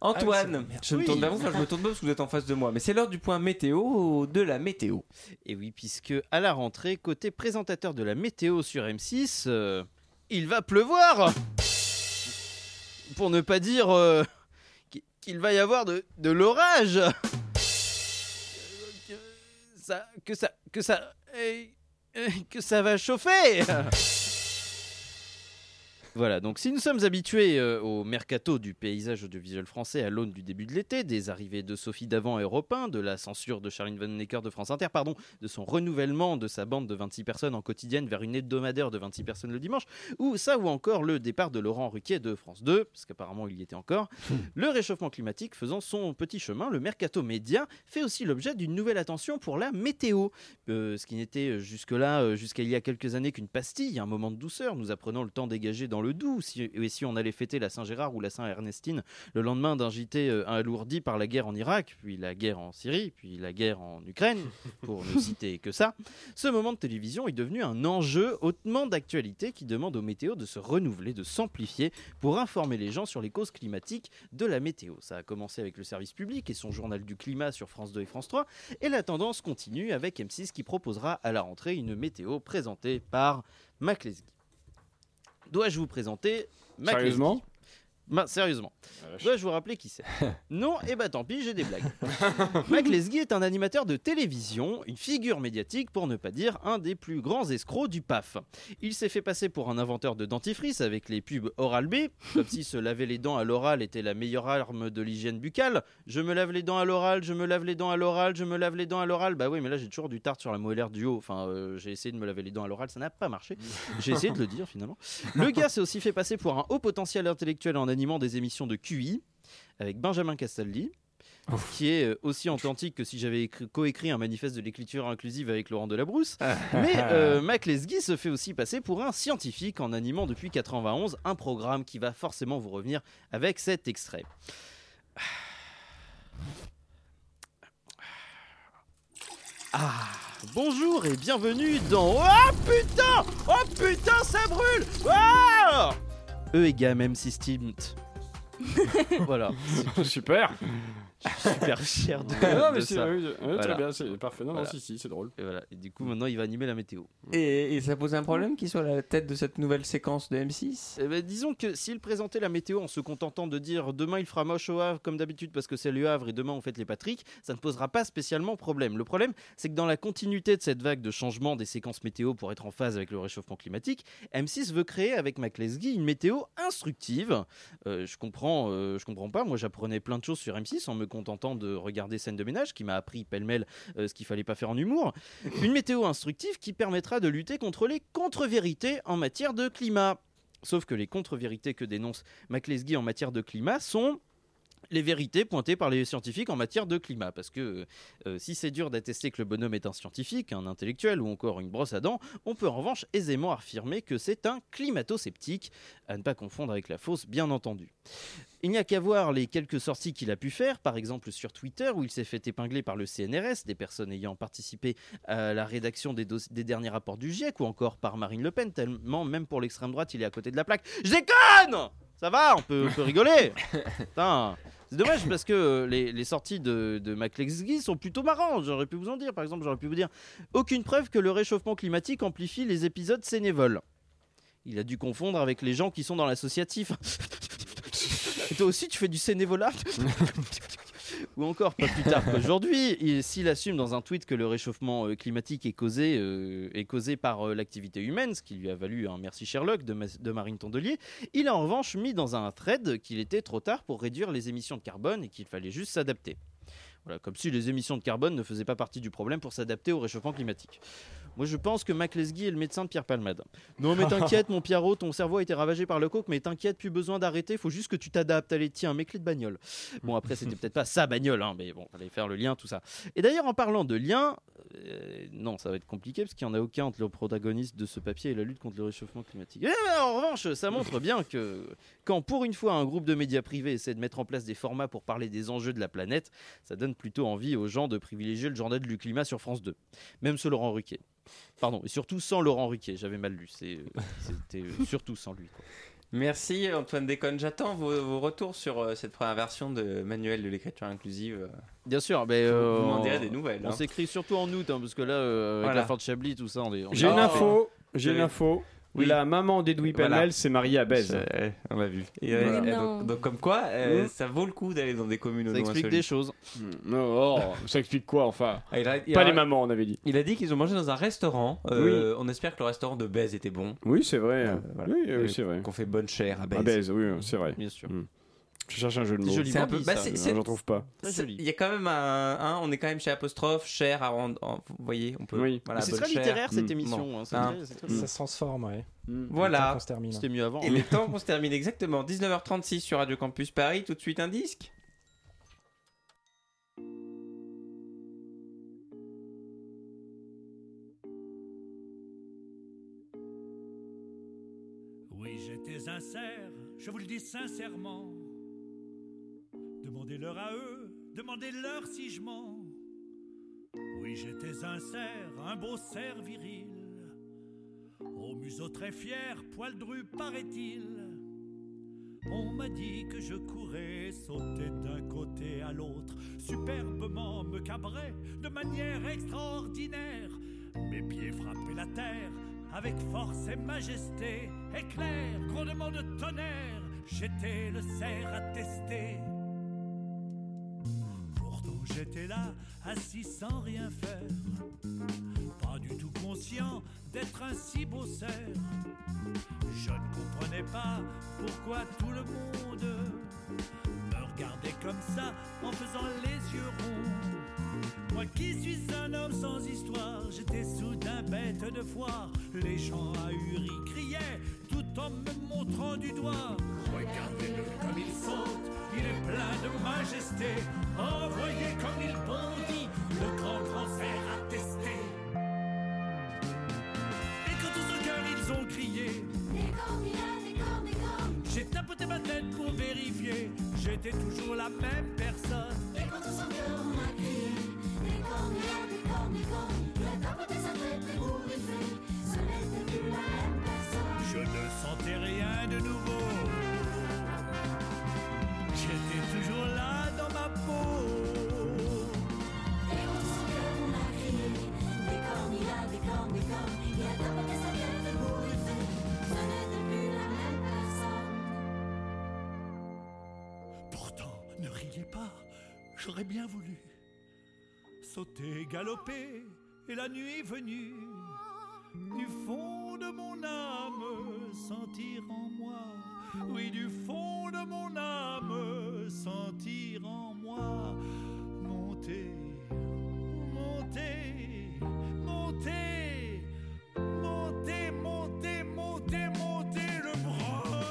Speaker 1: Antoine, Ah je me tourne vers vous, enfin, je me tourne pas parce que vous êtes en face de moi, mais c'est l'heure du point météo de la météo.
Speaker 10: Et oui, puisque à la rentrée, côté présentateur de la météo sur M6, euh, il va pleuvoir Pour ne pas dire euh, qu'- qu'il va y avoir de, de l'orage Euh, que ça, que ça, euh, que ça, eh, eh, que ça va chauffer Voilà, donc si nous sommes habitués euh, au mercato du paysage audiovisuel français à l'aune du début de l'été, des arrivées de Sophie Davant et Europe 1, de la censure de Charline Van Necker de France Inter, pardon, de son renouvellement de sa bande de 26 personnes en quotidienne vers une hebdomadaire de 26 personnes le dimanche, ou ça ou encore le départ de Laurent Ruquier de France 2, parce qu'apparemment il y était encore, le réchauffement climatique faisant son petit chemin, le mercato média fait aussi l'objet d'une nouvelle attention pour la météo, Euh, ce qui n'était jusque-là, euh, jusqu'à il y a quelques années, qu'une pastille, un moment de douceur, nous apprenant le temps dégagé dans le Doubs, si, et si on allait fêter la Saint-Gérard ou la Saint-Ernestine le lendemain d'un JT euh, alourdi par la guerre en Irak, puis la guerre en Syrie, puis la guerre en Ukraine, pour ne citer que ça, ce moment de télévision est devenu un enjeu hautement d'actualité qui demande aux météos de se renouveler, de s'amplifier pour informer les gens sur les causes climatiques de la météo. Ça a commencé avec le service public et son journal du climat sur France 2 et France 3, et la tendance continue avec M6 qui proposera à la rentrée une météo présentée par Maclesguy. Dois-je vous présenter Maclesguy
Speaker 1: <laughs>
Speaker 11: Sérieusement
Speaker 10: Ben, sérieusement. Dois-je vous rappeler qui c'est Non, et bah tant pis, j'ai des blagues. Mac Lesguy est un animateur de télévision, une figure médiatique pour ne pas dire un des plus grands escrocs du PAF. Il s'est fait passer pour un inventeur de dentifrice avec les pubs Oral-B, comme si se laver les dents à l'oral était la meilleure arme de l'hygiène buccale. Je me lave les dents à l'oral, je me lave les dents à l'oral, je me lave les dents à l'oral. Bah oui, mais là j'ai toujours du tarte sur la molaire du haut. Enfin, euh, j'ai essayé de me laver les dents à l'oral, ça n'a pas marché. J'ai essayé de le dire finalement. Le gars s'est aussi fait passer pour un haut potentiel intellectuel en animant des émissions de QI avec Benjamin Castaldi. Qui est euh, aussi authentique que si j'avais écrit- coécrit un manifeste de l'écriture inclusive avec Laurent Delabrousse. Mais euh, Mac Lesguy se fait aussi passer pour un scientifique en animant depuis 91 un programme qui va forcément vous revenir avec cet extrait. Ah, bonjour et bienvenue dans. Oh putain Oh putain, ça brûle Ah E égale même si Steam. voilà.
Speaker 11: Super
Speaker 10: Super fier de,
Speaker 11: Ah non, mais
Speaker 10: de
Speaker 11: c'est-
Speaker 10: ça.
Speaker 11: oui, oui, très
Speaker 10: Voilà.
Speaker 11: bien, c'est parfait. Non, non,
Speaker 10: Voilà.
Speaker 11: si, si, c'est drôle.
Speaker 10: Et voilà. Et du coup, maintenant, il va animer la météo.
Speaker 1: Et, et ça pose un problème qu'il soit à la tête de cette nouvelle séquence de M6
Speaker 10: Eh ben, disons que s'il présentait la météo en se contentant de dire demain il fera moche au Havre comme d'habitude parce que c'est le Havre et demain on fête les Patrick, ça ne posera pas spécialement problème. Le problème, c'est que dans la continuité de cette vague de changement des séquences météo pour être en phase avec le réchauffement climatique, M6 veut créer avec McLesguy une météo instructive. Euh, je comprends, euh, je comprends pas. Moi, j'apprenais plein de choses sur M6 en me contentant de regarder Scène de ménage, qui m'a appris pêle-mêle euh, ce qu'il fallait pas faire en humour. Une météo instructive qui permettra de lutter contre les contre-vérités en matière de climat. Sauf que les contre-vérités que dénonce McLesguy en matière de climat sont les vérités pointées par les scientifiques en matière de climat. Parce que euh, si c'est dur d'attester que le bonhomme est un scientifique, un intellectuel ou encore une brosse à dents, on peut en revanche aisément affirmer que c'est un climato-sceptique, à ne pas confondre avec la fausse, bien entendu. Il n'y a qu'à voir les quelques sorties qu'il a pu faire, par exemple sur Twitter, où il s'est fait épingler par le CNRS, des personnes ayant participé à euh, la rédaction des, dossi- des derniers rapports du GIEC, ou encore par Marine Le Pen, tellement même pour l'extrême droite, il est à côté de la plaque. Je déconne Ça va, on peut, on peut rigoler Putain. C'est dommage parce que euh, les, les sorties de, de McLexgy sont plutôt marrantes. J'aurais pu vous en dire, par exemple, j'aurais pu vous dire aucune preuve que le réchauffement climatique amplifie les épisodes sénévoles. Il a dû confondre avec les gens qui sont dans l'associatif. <laughs> Et toi aussi, tu fais du sénévolat Ou encore, pas plus tard qu'aujourd'hui, il- s'il assume dans un tweet que le réchauffement euh, climatique est causé, euh, est causé par euh, l'activité humaine, ce qui lui a valu un merci Sherlock de, Ma- de Marine Tondelier, il a en revanche mis dans un thread qu'il était trop tard pour réduire les émissions de carbone et qu'il fallait juste s'adapter. Voilà, comme si les émissions de carbone ne faisaient pas partie du problème pour s'adapter au réchauffement climatique. Moi, je pense que Mac Lesguy est le médecin de Pierre Palmade. Non, mais t'inquiète, mon Pierrot, ton cerveau a été ravagé par le coke, mais t'inquiète, plus besoin d'arrêter, faut juste que tu t'adaptes. Allez, tiens, mes clés de bagnole. Bon, après,
Speaker 1: <laughs>
Speaker 10: c'était peut-être pas sa bagnole, hein, mais bon, fallait faire le lien, tout ça. Et d'ailleurs, en parlant de lien, euh, non, ça va être compliqué, parce qu'il n'y en a aucun entre le protagoniste de ce papier et la lutte contre le réchauffement climatique. Eh ben, en revanche, ça montre bien que quand, pour une fois, un groupe de médias privés essaie de mettre en place des formats pour parler des enjeux de la planète, ça donne plutôt envie aux gens de privilégier le journal du climat sur France 2, même ce Laurent Ruquier. Pardon, et surtout sans Laurent Ruquier, j'avais mal lu, c'est,
Speaker 1: <laughs>
Speaker 10: euh, c'était euh, surtout sans lui. quoi.
Speaker 1: Merci Antoine Déconne, j'attends vos, vos retours sur euh, cette première version de manuel de l'écriture inclusive. Euh,
Speaker 10: Bien sûr, mais euh,
Speaker 1: vous m'en
Speaker 10: on-
Speaker 1: direz des nouvelles.
Speaker 10: On
Speaker 1: hein.
Speaker 10: s'écrit surtout en août, hein, parce que là, euh, avec
Speaker 1: Voilà.
Speaker 10: la fin de Chablis, tout ça, on est. on est-
Speaker 11: J'ai une
Speaker 10: Ah,
Speaker 11: info,
Speaker 10: ouais.
Speaker 11: j'ai une info. La maman d'Edoui Penmel
Speaker 1: Oh. Voilà.
Speaker 11: s'est mariée à Bèze. euh,
Speaker 1: C'est- On l'a vu. Et,
Speaker 11: Voilà.
Speaker 1: euh,
Speaker 11: Mais
Speaker 1: donc, donc comme quoi, euh,
Speaker 11: Mmh.
Speaker 1: ça vaut le coup d'aller dans des communes.
Speaker 11: Ça explique des choses. Oh, ça explique quoi enfin
Speaker 1: Pas
Speaker 11: les mamans, on avait dit.
Speaker 1: Il a dit qu'ils ont mangé dans un restaurant. Euh, On espère que le restaurant de Bèze était bon.
Speaker 11: Oui, c'est vrai. Oui, oui,
Speaker 1: Euh, Et
Speaker 11: c'est vrai.
Speaker 1: Qu'on fait bonne chère à Bèze.
Speaker 11: À Bèze, oui, oui, c'est vrai.
Speaker 10: Bien sûr.
Speaker 11: Je cherche un jeu de mots. Euh,
Speaker 1: C'est un peu- bah, c'est- c'est-
Speaker 11: J'en trouve pas.
Speaker 1: c'est- Il y a quand même un, hein, on est quand même chez apostrophe, cher à rendre, en- vous voyez, on peut.
Speaker 11: Oui.
Speaker 1: Voilà,
Speaker 10: Mais c'est
Speaker 1: bonne
Speaker 10: très
Speaker 1: chère.
Speaker 10: littéraire, cette
Speaker 1: Mm.
Speaker 10: émission,
Speaker 1: Bon.
Speaker 10: hein, c'est
Speaker 1: Hein.
Speaker 10: très- c'est très-
Speaker 6: Ça se transforme, ouais.
Speaker 1: Voilà.
Speaker 6: Tant qu'on se termine.
Speaker 10: C'était mieux avant.
Speaker 1: Et le temps qu'on se termine exactement, 19h36 sur Radio Campus Paris, tout de suite un disque.
Speaker 14: Oui, j'étais sincère, je vous le dis sincèrement. Demandez-leur à eux, demandez-leur si je mens. Oui, j'étais sincère, un beau cerf viril. Au museau très fier, poil dru, paraît-il. On m'a dit que je courais, sautais d'un côté à l'autre, superbement me cabrais de manière extraordinaire. Mes pieds frappaient la terre avec force et majesté, éclair, grondement de tonnerre, j'étais le cerf attesté. Pourtant j'étais là, assis sans rien faire, pas du tout conscient d'être un si beau cerf. Je ne comprenais pas pourquoi tout le monde me regardait comme ça en faisant les yeux ronds. Moi qui suis un homme sans histoire, j'étais soudain bête de foire. Les gens ahuris criaient tout en me montrant du doigt. Regardez-le comme il saute, il est plein de majesté. Oh, voyez comme il bondit, le grand cancer attesté. Et quand tous au cœur ils ont crié, j'ai tapoté ma tête pour vérifier, j'étais toujours la même personne. Et quand on s'en on a crié, Je ne sentais rien de nouveau. J'étais toujours là dans ma peau. Pourtant, ne riez pas, j'aurais bien voulu sauter, galoper, et la nuit venue, du fond de mon âme, sentir en moi, oui, du fond de mon âme, sentir en moi, monter, monter, monter, monter, monter, monter, monter le bras.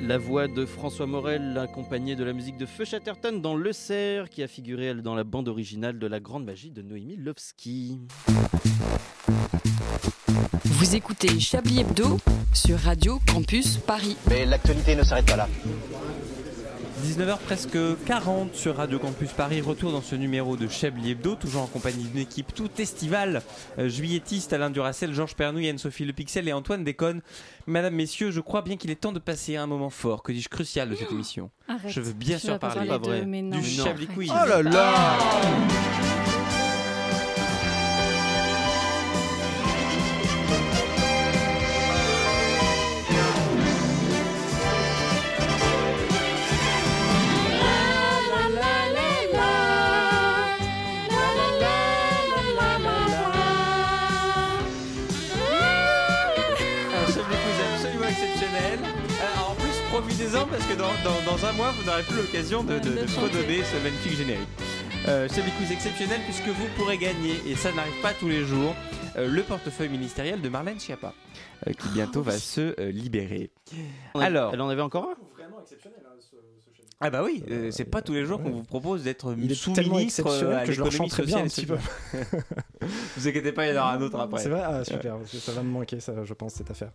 Speaker 10: La voix de François Morel, accompagnée de la musique de Feu Chatterton dans Le Cerf, qui a figuré elle, dans la bande originale de La Grande Magie de Noémie Lovski.
Speaker 7: Vous écoutez Chablis Hebdo sur Radio Campus Paris.
Speaker 1: Mais l'actualité ne s'arrête pas là. 19h presque 40 sur Radio Campus Paris, retour dans ce numéro de Chablis Hebdo, toujours en compagnie d'une équipe tout estivale, euh, juilletiste, Alain Duracel, Georges Pernouille, Anne-Sophie Le Pixel et Antoine Déconne. Madame, messieurs, je crois bien qu'il est temps de passer à un moment fort, que dis-je crucial
Speaker 9: <gasps>
Speaker 1: de cette émission.
Speaker 9: Arrête,
Speaker 1: je veux bien
Speaker 9: tu
Speaker 1: sûr
Speaker 9: vas pas
Speaker 1: parler,
Speaker 9: parler Pas vrai. de- mais non.
Speaker 1: du
Speaker 9: Mais non.
Speaker 1: Chablis Quiz.
Speaker 10: Oh là là
Speaker 9: Ah,
Speaker 1: Un Chablis Quiz absolument exceptionnel. Euh, en plus, profitez-en parce que dans, dans- dans un mois, vous n'aurez plus l'occasion de, de- de fredonner ce magnifique générique. Euh, c'est des quiz exceptionnels puisque vous pourrez gagner, et ça n'arrive pas tous les jours, euh, le portefeuille ministériel de Marlène Schiappa, euh, qui bientôt
Speaker 6: Ah,
Speaker 1: va se euh, libérer.
Speaker 10: On a-
Speaker 1: Alors,
Speaker 10: elle en avait encore un
Speaker 6: Vraiment exceptionnel, hein, ce- ce chef.
Speaker 1: ah bah oui, euh, c'est pas tous les jours qu'on vous propose d'être
Speaker 6: Il est tellement
Speaker 1: sous-ministre euh,
Speaker 6: exceptionnel
Speaker 1: à
Speaker 6: que je le
Speaker 1: l'économie
Speaker 6: chanterai bien un
Speaker 1: sociale.
Speaker 6: petit peu.
Speaker 1: <laughs> vous inquiétez pas, il y en aura un autre après.
Speaker 6: C'est vrai Ah, super, parce que ça va me manquer, ça, je pense, cette affaire.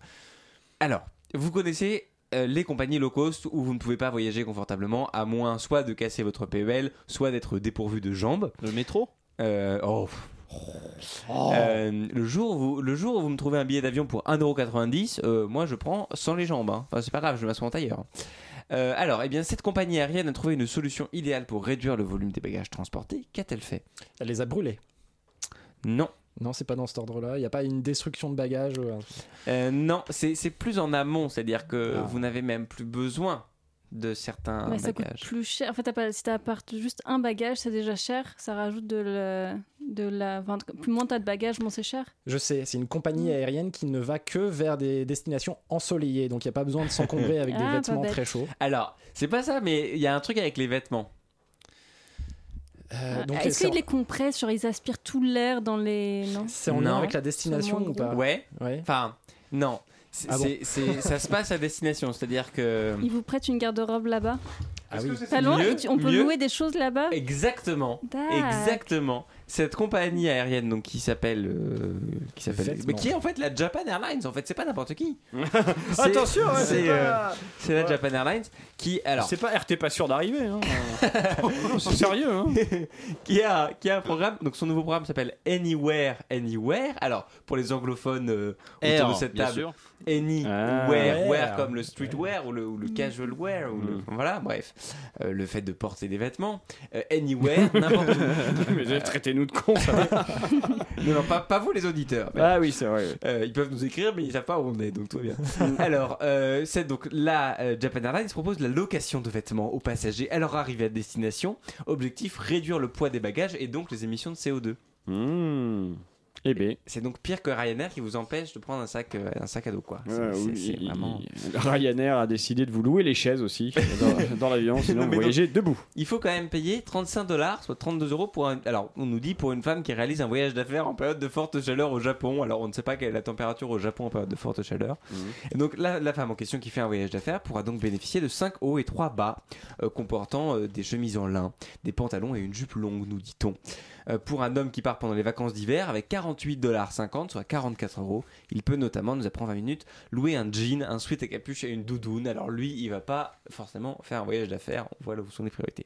Speaker 1: Alors, vous connaissez euh, les compagnies low cost où vous ne pouvez pas voyager confortablement à moins soit de casser votre PEL, soit d'être dépourvu de jambes.
Speaker 10: Le métro
Speaker 1: oh. Euh, le, jour où vous, le jour où vous me trouvez un billet d'avion pour 1,90€, euh, moi je prends sans les jambes. hein. Enfin, c'est pas grave, je m'assois en tailleur. Euh, alors, eh bien, cette compagnie aérienne a trouvé une solution idéale pour réduire le volume des bagages transportés. Qu'a-t-elle fait
Speaker 6: Elle les a brûlés.
Speaker 1: Non.
Speaker 6: Non, c'est pas dans cet ordre-là. Il n'y a pas une destruction de bagages. ou un-
Speaker 1: Euh, non, c'est c'est plus en amont, c'est-à-dire que
Speaker 6: Ah.
Speaker 1: vous n'avez même plus besoin de certains
Speaker 9: Mais ça coûte
Speaker 1: bagages.
Speaker 9: plus cher. En fait, t'as pas- si t'as part- juste un bagage, c'est déjà cher. Ça rajoute de, le- de la. enfin, plus moins t'as de bagages, moins c'est cher.
Speaker 6: Je sais, c'est une compagnie
Speaker 9: Mm.
Speaker 6: aérienne qui ne va que vers des destinations ensoleillées, donc il n'y a pas besoin de s'encombrer avec des
Speaker 9: <laughs> Ah, pas
Speaker 6: vêtements
Speaker 9: bête.
Speaker 6: très chauds.
Speaker 1: Alors, c'est pas ça, mais il y a un truc avec les vêtements.
Speaker 6: Euh, donc,
Speaker 9: Ah, Est-ce
Speaker 6: c'est
Speaker 9: qu'ils les compressent Genre, ils aspirent tout l'air dans les. Non
Speaker 6: c'est en
Speaker 1: Non.
Speaker 6: lien avec la destination ou pas
Speaker 1: Ouais. Enfin, non. C'est-
Speaker 6: Ah bon
Speaker 1: c'est- c'est- ça se passe à destination, c'est-à-dire que.
Speaker 9: Ils vous prêtent une garde-robe là-bas
Speaker 1: Ah oui.
Speaker 9: Pas loin
Speaker 1: Mieux,
Speaker 9: et tu- On peut
Speaker 1: mieux.
Speaker 9: louer Ah. des choses là-bas
Speaker 1: Exactement.
Speaker 9: Tac.
Speaker 1: Exactement. Cette compagnie aérienne donc qui s'appelle euh, qui s'appelle
Speaker 10: Vêtements.
Speaker 1: mais qui est en fait la Japan Airlines en fait, c'est pas n'importe qui. C'est-
Speaker 11: Attention, ouais,
Speaker 1: c'est
Speaker 11: c'est pas-
Speaker 1: euh, c'est la
Speaker 11: Ouais.
Speaker 1: Japan Airlines qui alors
Speaker 11: C'est pas RT pas sûr d'arriver. Hein. c'est sérieux. Hein.
Speaker 1: <laughs>
Speaker 11: <laughs>
Speaker 1: qui a, qui a un programme. Donc son nouveau programme s'appelle Anywhere, Anywhere. Alors pour les anglophones euh, autour
Speaker 10: Air,
Speaker 1: de cette
Speaker 10: Eh, bien
Speaker 1: table,
Speaker 10: sûr.
Speaker 1: Anywhere,
Speaker 10: Ah.
Speaker 1: wear,
Speaker 10: Wear.
Speaker 1: comme le streetwear ou le, ou le
Speaker 11: Mm.
Speaker 1: casual wear. Ou le- voilà, bref. Euh, le fait de porter des vêtements. Euh, anywhere, <laughs> n'importe où.
Speaker 11: Mais traitez-nous de cons, ça va.
Speaker 1: non, non, pas, pas vous les auditeurs.
Speaker 11: Ah oui, c'est vrai.
Speaker 1: Euh, ils peuvent nous écrire, mais ils savent pas où on est, donc tout va bien.
Speaker 11: Mm.
Speaker 1: <laughs> Alors, euh, c'est donc la euh, Japan Airlines propose la location de vêtements aux passagers à leur arrivée à destination. Objectif réduire le poids des bagages et donc les émissions de CO2.
Speaker 11: Eh ben.
Speaker 1: C'est donc pire que Ryanair qui vous empêche de prendre un sac, euh, un sac à dos, quoi. C'est-
Speaker 11: Ouais,
Speaker 1: c'est-
Speaker 11: oui,
Speaker 1: c'est
Speaker 11: il-
Speaker 1: vraiment-
Speaker 11: il- Ryanair a décidé de vous louer les chaises aussi euh, dans,
Speaker 1: <laughs>
Speaker 11: dans l'avion, sinon
Speaker 1: Non,
Speaker 11: vous
Speaker 1: mais
Speaker 11: voyagez
Speaker 1: donc,
Speaker 11: debout.
Speaker 1: Il faut quand même payer 35 dollars, soit 32 euros pour un. Alors, on nous dit pour une femme qui réalise un voyage d'affaires en période de forte chaleur au Japon. Alors, on ne sait pas quelle est la température au Japon en période de forte chaleur. Et donc, la, la femme en question qui fait un voyage d'affaires pourra donc bénéficier de 5 hauts et 3 bas, euh, comportant euh, des chemises en lin, des pantalons et une jupe longue, nous dit-on. Euh, pour un homme qui part pendant les vacances d'hiver avec 48,50 dollars, soit 44 euros, il peut notamment, nous apprend 20 minutes, louer un jean, un sweat à capuche et une doudoune. Alors lui, il va pas forcément faire un voyage d'affaires. On voit là où sont les priorités.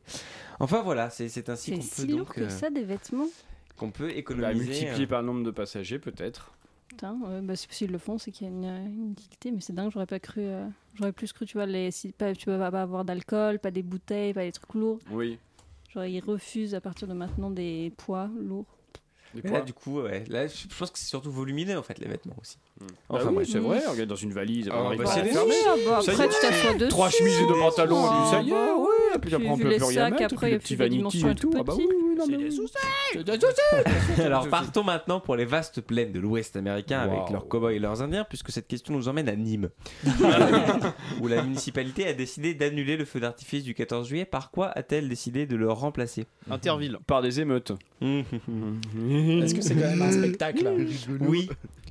Speaker 1: Enfin voilà, c'est c'est ainsi
Speaker 9: C'est
Speaker 1: qu'on peut
Speaker 9: si lourd
Speaker 1: donc
Speaker 9: que
Speaker 1: euh,
Speaker 9: ça, des vêtements
Speaker 1: qu'on peut
Speaker 11: Bah,
Speaker 1: économiser.
Speaker 11: multiplié
Speaker 1: euh,
Speaker 11: par le nombre de passagers, peut-être.
Speaker 9: Putain, ouais, bah, c'est- s'ils le font, c'est qu'il y a une, euh, une utilité, mais c'est dingue, j'aurais pas cru. euh, j'aurais plus cru, tu vois, les, si, pas, tu vas pas avoir d'alcool, pas des bouteilles, pas des trucs lourds.
Speaker 11: Oui.
Speaker 9: Genre, ils refusent à partir de maintenant des poids lourds.
Speaker 1: mais là, du coup, ouais, là, je je pense que c'est surtout volumineux en fait les vêtements aussi.
Speaker 11: Bah oui,
Speaker 1: bref.
Speaker 11: c'est vrai, regarde, dans une valise,
Speaker 1: Ah,
Speaker 11: on arrive
Speaker 1: bah,
Speaker 11: pas à
Speaker 1: c'est
Speaker 11: la
Speaker 1: des
Speaker 11: fermer.
Speaker 1: chemises, ah bah,
Speaker 11: Ça y
Speaker 1: après,
Speaker 11: est,
Speaker 1: tu t'assois dessus.
Speaker 11: Trois chemises de pantalon, et puis ça y est,
Speaker 1: Ah, bah,
Speaker 11: ouais, et puis après on
Speaker 1: puis
Speaker 11: peut
Speaker 1: les
Speaker 11: plus rien
Speaker 1: sacs,
Speaker 11: mettre, et
Speaker 1: après,
Speaker 11: puis le
Speaker 1: il y a
Speaker 11: petit
Speaker 1: plus des
Speaker 11: vanity
Speaker 1: dimensions
Speaker 11: et tout. Ah bah oui, oui, non, mais oui. C'est des saucisses
Speaker 1: <laughs> Alors partons maintenant pour les vastes plaines de l'Ouest américain avec
Speaker 11: Wow.
Speaker 1: leurs cow-boys et leurs Indiens, puisque cette question nous emmène à <laughs> Nîmes, où la municipalité a décidé d'annuler le feu d'artifice du 14 juillet. Par quoi a-t-elle décidé de le remplacer
Speaker 10: Interville.
Speaker 11: Par des
Speaker 1: <laughs>
Speaker 11: émeutes.
Speaker 1: Est-ce
Speaker 6: Est-ce que c'est quand même un spectacle
Speaker 1: Oui.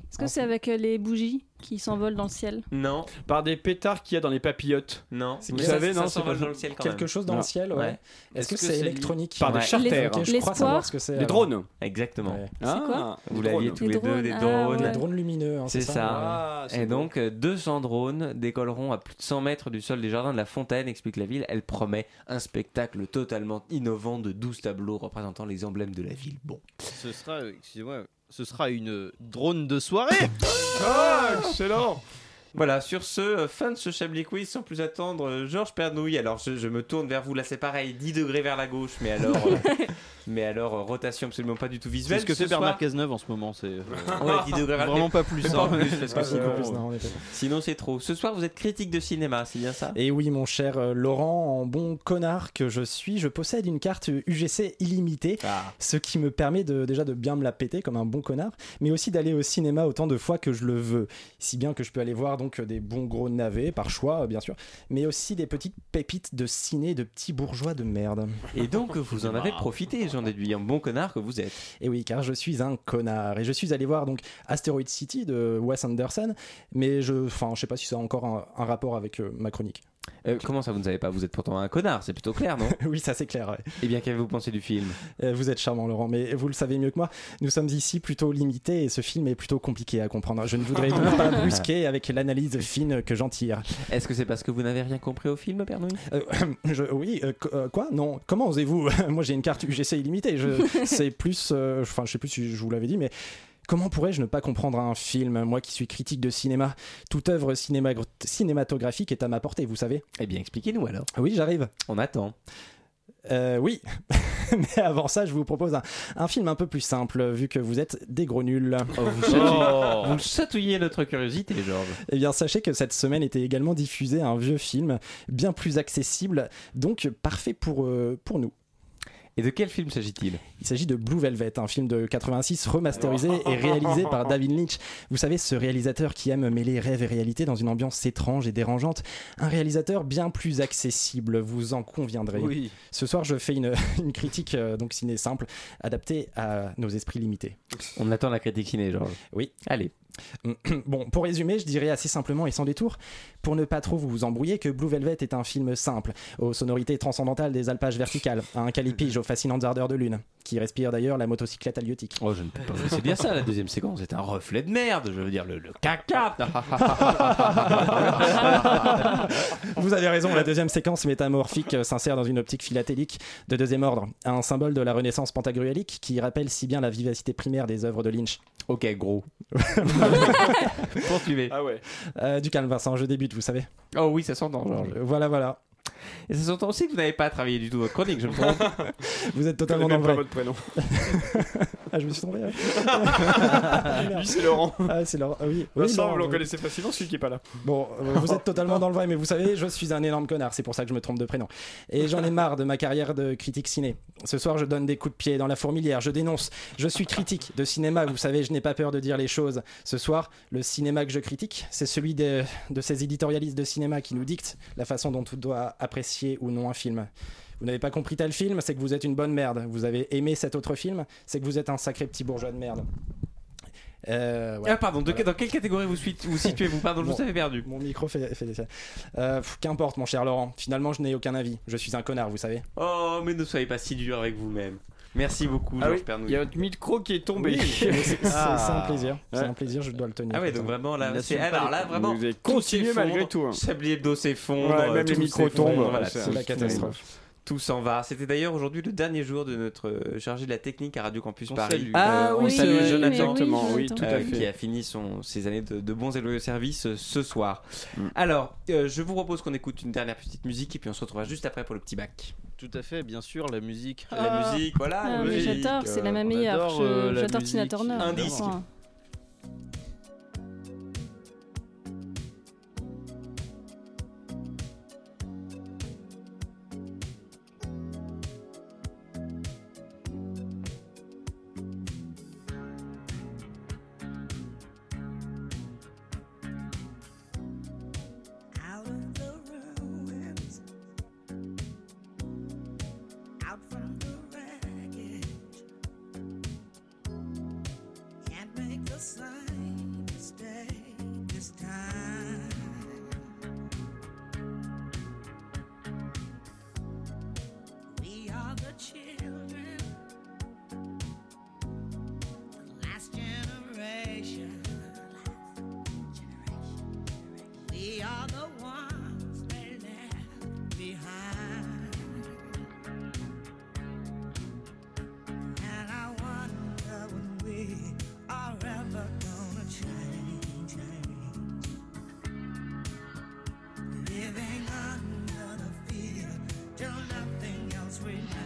Speaker 9: Est-ce que c'est avec euh, les bougies qui s'envolent dans le ciel
Speaker 1: Non.
Speaker 11: Par des pétards qu'il y a dans les papillotes.
Speaker 1: Non.
Speaker 11: Vous
Speaker 1: Ça-
Speaker 11: savez,
Speaker 1: ça
Speaker 11: non,
Speaker 1: s'envole
Speaker 11: pas-
Speaker 1: dans le ciel quand
Speaker 6: Quelque
Speaker 1: même.
Speaker 6: chose dans
Speaker 1: Non.
Speaker 6: le ciel, ouais.
Speaker 1: Ouais.
Speaker 6: Est-ce que, c'est électronique
Speaker 11: Par des
Speaker 1: Ouais.
Speaker 11: charters.
Speaker 6: Ok, je crois
Speaker 9: L'espoir.
Speaker 6: savoir ce que c'est. hein.
Speaker 11: Les drones.
Speaker 1: Exactement.
Speaker 11: Ah,
Speaker 9: quoi
Speaker 1: Vous
Speaker 11: des
Speaker 1: l'aviez
Speaker 11: drones.
Speaker 1: tous
Speaker 9: Des
Speaker 1: les deux,
Speaker 9: drones,
Speaker 1: des
Speaker 9: ah
Speaker 1: drones.
Speaker 9: ouais.
Speaker 6: Les drones lumineux, hein,
Speaker 1: C'est ça.
Speaker 11: Ah, c'est
Speaker 1: et
Speaker 11: beau.
Speaker 1: donc, euh, 200 drones décolleront à plus de 100 mètres du sol des jardins de la Fontaine, explique la ville. Elle promet un spectacle totalement innovant de 12 tableaux représentant les emblèmes de la ville. Bon.
Speaker 10: Ce sera, euh, excusez-moi, ce sera une drone de
Speaker 1: <laughs>
Speaker 10: soirée.
Speaker 11: Ah, excellent
Speaker 1: Voilà, sur ce, euh, fin de ce Chablis Quiz, sans plus attendre, euh, Georges Pernouille, alors je, je me tourne vers vous, là c'est pareil, 10 degrés vers la gauche, mais alors,
Speaker 11: <laughs>
Speaker 1: euh, mais alors euh, rotation absolument pas du tout visuelle.
Speaker 10: C'est ce que
Speaker 1: Ce
Speaker 10: fait Bernard
Speaker 1: soir-
Speaker 10: Cazeneuve en ce moment. C'est
Speaker 1: <laughs>
Speaker 10: euh,
Speaker 1: Ouais, 10 degrés vers la-
Speaker 10: vraiment pas plus.
Speaker 1: Mais pas
Speaker 10: hein.
Speaker 1: plus, parce que
Speaker 6: Ouais,
Speaker 1: sinon,
Speaker 6: ouais, plus, non, on est pas-
Speaker 1: sinon, c'est trop. Ce soir, vous êtes critique de cinéma, c'est bien ça
Speaker 6: Et oui, mon cher euh, Laurent, en bon connard que je suis, je possède une carte UGC illimitée,
Speaker 1: Ah.
Speaker 6: ce qui me permet de, déjà de bien me la péter comme un bon connard, mais aussi d'aller au cinéma autant de fois que je le veux. Si bien que je peux aller voir donc des bons gros navets, par choix, euh, bien sûr, mais aussi des petites pépites de ciné de petits bourgeois de merde.
Speaker 1: Et donc, vous en avez profité, j'en déduis un bon connard que vous êtes.
Speaker 6: Et oui, car je suis un connard. Et je suis allé voir donc Asteroid City de Wes Anderson, mais je, enfin, je sais pas si ça a encore un, un rapport avec euh, ma chronique. <laughs>
Speaker 1: Euh, Comment ça, vous ne savez pas Vous êtes pourtant un connard, c'est plutôt clair, non
Speaker 6: Oui, ça c'est clair. ouais.
Speaker 1: <laughs> Eh bien, qu'avez-vous pensé du film
Speaker 6: Euh, Vous êtes charmant, Laurent, mais vous le savez mieux que moi. Nous sommes ici plutôt limités et ce film est plutôt compliqué à comprendre. Je ne voudrais donc pas brusquer avec l'analyse fine que j'en tire.
Speaker 1: Est-ce que c'est parce que vous n'avez rien compris au film, Père Noël
Speaker 6: Euh, <clears throat> je- oui, euh, qu- euh, quoi Non, comment osez-vous <laughs> Moi j'ai une carte UGC illimitée, je sais plus, euh, enfin je sais plus si je vous l'avais dit, mais comment pourrais-je ne pas comprendre un film Moi qui suis critique de cinéma, toute œuvre cinémagr- cinématographique est à ma portée, vous savez.
Speaker 1: Eh bien, expliquez-nous alors.
Speaker 6: Oui, j'arrive.
Speaker 1: On attend.
Speaker 6: Euh, oui, <laughs> mais avant ça, je vous propose un, un film un peu plus simple, vu que vous êtes des gros nuls.
Speaker 11: Oh.
Speaker 1: Vous chatouillez, vous chatouillez notre curiosité, Georges.
Speaker 6: Eh bien, sachez que cette semaine était également diffusé un vieux film, bien plus accessible, donc parfait pour, euh, pour nous.
Speaker 1: Et de quel film s'agit-il
Speaker 6: Il s'agit de Blue Velvet, un film de 86 remasterisé et réalisé par David Lynch. Vous savez, ce réalisateur qui aime mêler rêve et réalité dans une ambiance étrange et dérangeante. Un réalisateur bien plus accessible, vous en conviendrez.
Speaker 10: Oui.
Speaker 6: Ce soir, je fais une, <laughs> une critique euh, donc ciné simple, adaptée à nos esprits limités.
Speaker 1: On attend la critique ciné, Georges.
Speaker 6: Oui.
Speaker 1: Allez.
Speaker 6: Bon, pour résumer, je dirais assez simplement et sans détour, pour ne pas trop vous embrouiller, que Blue Velvet est un film simple, aux sonorités transcendantales des alpages verticales, à un calipige aux fascinantes ardeurs de lune, qui respire d'ailleurs la motocyclette halieutique.
Speaker 1: Oh, je ne peux pas vous laisser dire ça, la deuxième séquence est un reflet de merde, je veux dire, le, le <laughs> caca
Speaker 6: <laughs> Vous avez raison, la deuxième séquence métamorphique euh, s'insère dans une optique philatélique de deuxième ordre, un symbole de la Renaissance pantagruélique qui rappelle si bien la vivacité primaire des œuvres de Lynch.
Speaker 1: Ok, gros. <laughs> Poursuivez.
Speaker 11: Ah ouais.
Speaker 6: Euh, du calme, Vincent, je débute, vous savez.
Speaker 1: Oh oui, ça s'entend, Georges.
Speaker 6: Voilà, voilà.
Speaker 1: Et ça s'entend aussi que vous n'avez pas travaillé du tout votre chronique, je me trompe.
Speaker 6: Vous êtes totalement
Speaker 11: connais
Speaker 6: dans
Speaker 11: même
Speaker 6: le
Speaker 11: pas
Speaker 6: vrai.
Speaker 11: votre prénom. <laughs>
Speaker 6: ah, je me suis trompé. ouais. <laughs>
Speaker 11: Lui, c'est Laurent.
Speaker 6: Ah, c'est Laurent. Ah, oui. oui
Speaker 11: Vincent,
Speaker 6: Laurent,
Speaker 11: vous le
Speaker 6: oui.
Speaker 11: connaissez facilement, celui qui est pas là.
Speaker 6: Bon, euh, vous êtes totalement dans le vrai, mais vous savez, je suis un énorme connard, c'est pour ça que je me trompe de prénom. Et j'en ai marre de ma carrière de critique ciné. Ce soir, je donne des coups de pied dans la fourmilière, je dénonce. Je suis critique de cinéma, vous savez, je n'ai pas peur de dire les choses. Ce soir, le cinéma que je critique, c'est celui de, de ces éditorialistes de cinéma qui nous dictent la façon dont on doit apprécier ou non un film. Vous n'avez pas compris tel film, c'est que vous êtes une bonne merde. Vous avez aimé cet autre film, c'est que vous êtes un sacré petit bourgeois de merde. Euh, voilà.
Speaker 1: Ah, pardon, de-
Speaker 6: Voilà.
Speaker 1: dans quelle catégorie vous, suit- vous situez-vous Pardon, je
Speaker 6: Bon.
Speaker 1: vous avais perdu.
Speaker 6: Mon micro fait, fait des siennes. Euh, pff, Qu'importe, mon cher Laurent. Finalement, je n'ai aucun avis. Je suis un connard, vous savez.
Speaker 1: Oh, mais ne soyez pas si dur avec vous-même. Merci beaucoup, Georges Pernoud.
Speaker 11: il y a votre micro qui est
Speaker 6: Oui,
Speaker 11: tombé.
Speaker 6: mais c'est-
Speaker 11: <laughs>
Speaker 6: c'est-
Speaker 11: Ah.
Speaker 6: c'est un plaisir. C'est
Speaker 11: Ouais.
Speaker 6: un plaisir, je dois le tenir.
Speaker 1: Ah ouais, donc
Speaker 9: hein.
Speaker 6: Putain.
Speaker 1: vraiment,
Speaker 11: Il
Speaker 1: là,
Speaker 11: n'assume
Speaker 1: c'est...
Speaker 11: pas
Speaker 1: Alors
Speaker 11: les-
Speaker 1: là, vraiment,
Speaker 11: Vous avez
Speaker 1: tout
Speaker 11: continué
Speaker 1: s'effondre,
Speaker 11: malgré tout, hein.
Speaker 1: Sablier d'eau s'effondre.
Speaker 11: Ouais, même
Speaker 1: tout
Speaker 11: les micros
Speaker 1: s'effondre,
Speaker 11: tombent,
Speaker 1: voilà,
Speaker 11: c'est
Speaker 1: tout-
Speaker 6: la catastrophe.
Speaker 1: Tout s'en va. C'était d'ailleurs aujourd'hui le dernier jour de notre euh, chargé de la technique à Radio Campus
Speaker 11: Euh, On
Speaker 1: Paris. Euh,
Speaker 11: salue.
Speaker 9: Ah
Speaker 1: on
Speaker 9: oui,
Speaker 1: salue
Speaker 9: mais oui,
Speaker 1: Jonathan.
Speaker 9: mais
Speaker 11: Exactement, oui,
Speaker 9: Jonathan.
Speaker 11: tout
Speaker 1: euh,
Speaker 11: à
Speaker 1: qui
Speaker 11: fait.
Speaker 1: a fini son, ses années de, de bons et loyaux services euh, ce soir.
Speaker 11: Mm.
Speaker 1: Alors, euh, je vous propose qu'on écoute une dernière petite musique et puis on se retrouvera juste après pour le petit bac.
Speaker 10: Tout à fait, bien sûr, la musique.
Speaker 1: La
Speaker 9: Ah.
Speaker 1: musique, voilà.
Speaker 9: Ah,
Speaker 1: la
Speaker 9: mais
Speaker 1: musique,
Speaker 9: j'adore, c'est la
Speaker 1: euh,
Speaker 9: ma
Speaker 10: on
Speaker 9: meilleure.
Speaker 10: adore, euh,
Speaker 9: Je-
Speaker 10: la
Speaker 9: J'adore Tina
Speaker 10: musique.
Speaker 9: Turner.
Speaker 1: Un
Speaker 9: je
Speaker 1: disque.
Speaker 9: crois.
Speaker 15: out of the ruins, out from the wreckage. Can't make the same mistake this time. We are the children, the last generation. We are the ones they left behind. And I wonder when we are ever gonna change. Living under the fear till nothing else remains.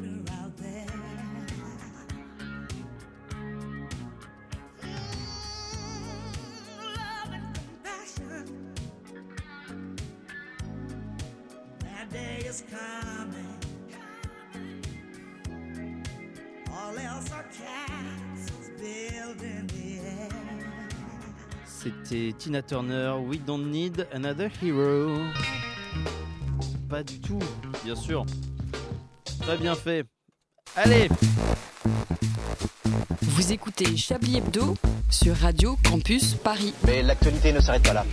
Speaker 15: Mm, day is coming. All else are castles built in the air.
Speaker 10: C'était Tina Turner, We Don't Need Another Hero. Pas du tout, bien sûr. Très bien fait. Allez
Speaker 7: Vous écoutez Chablis Hebdo sur Radio Campus Paris.
Speaker 3: Mais l'actualité ne s'arrête pas là.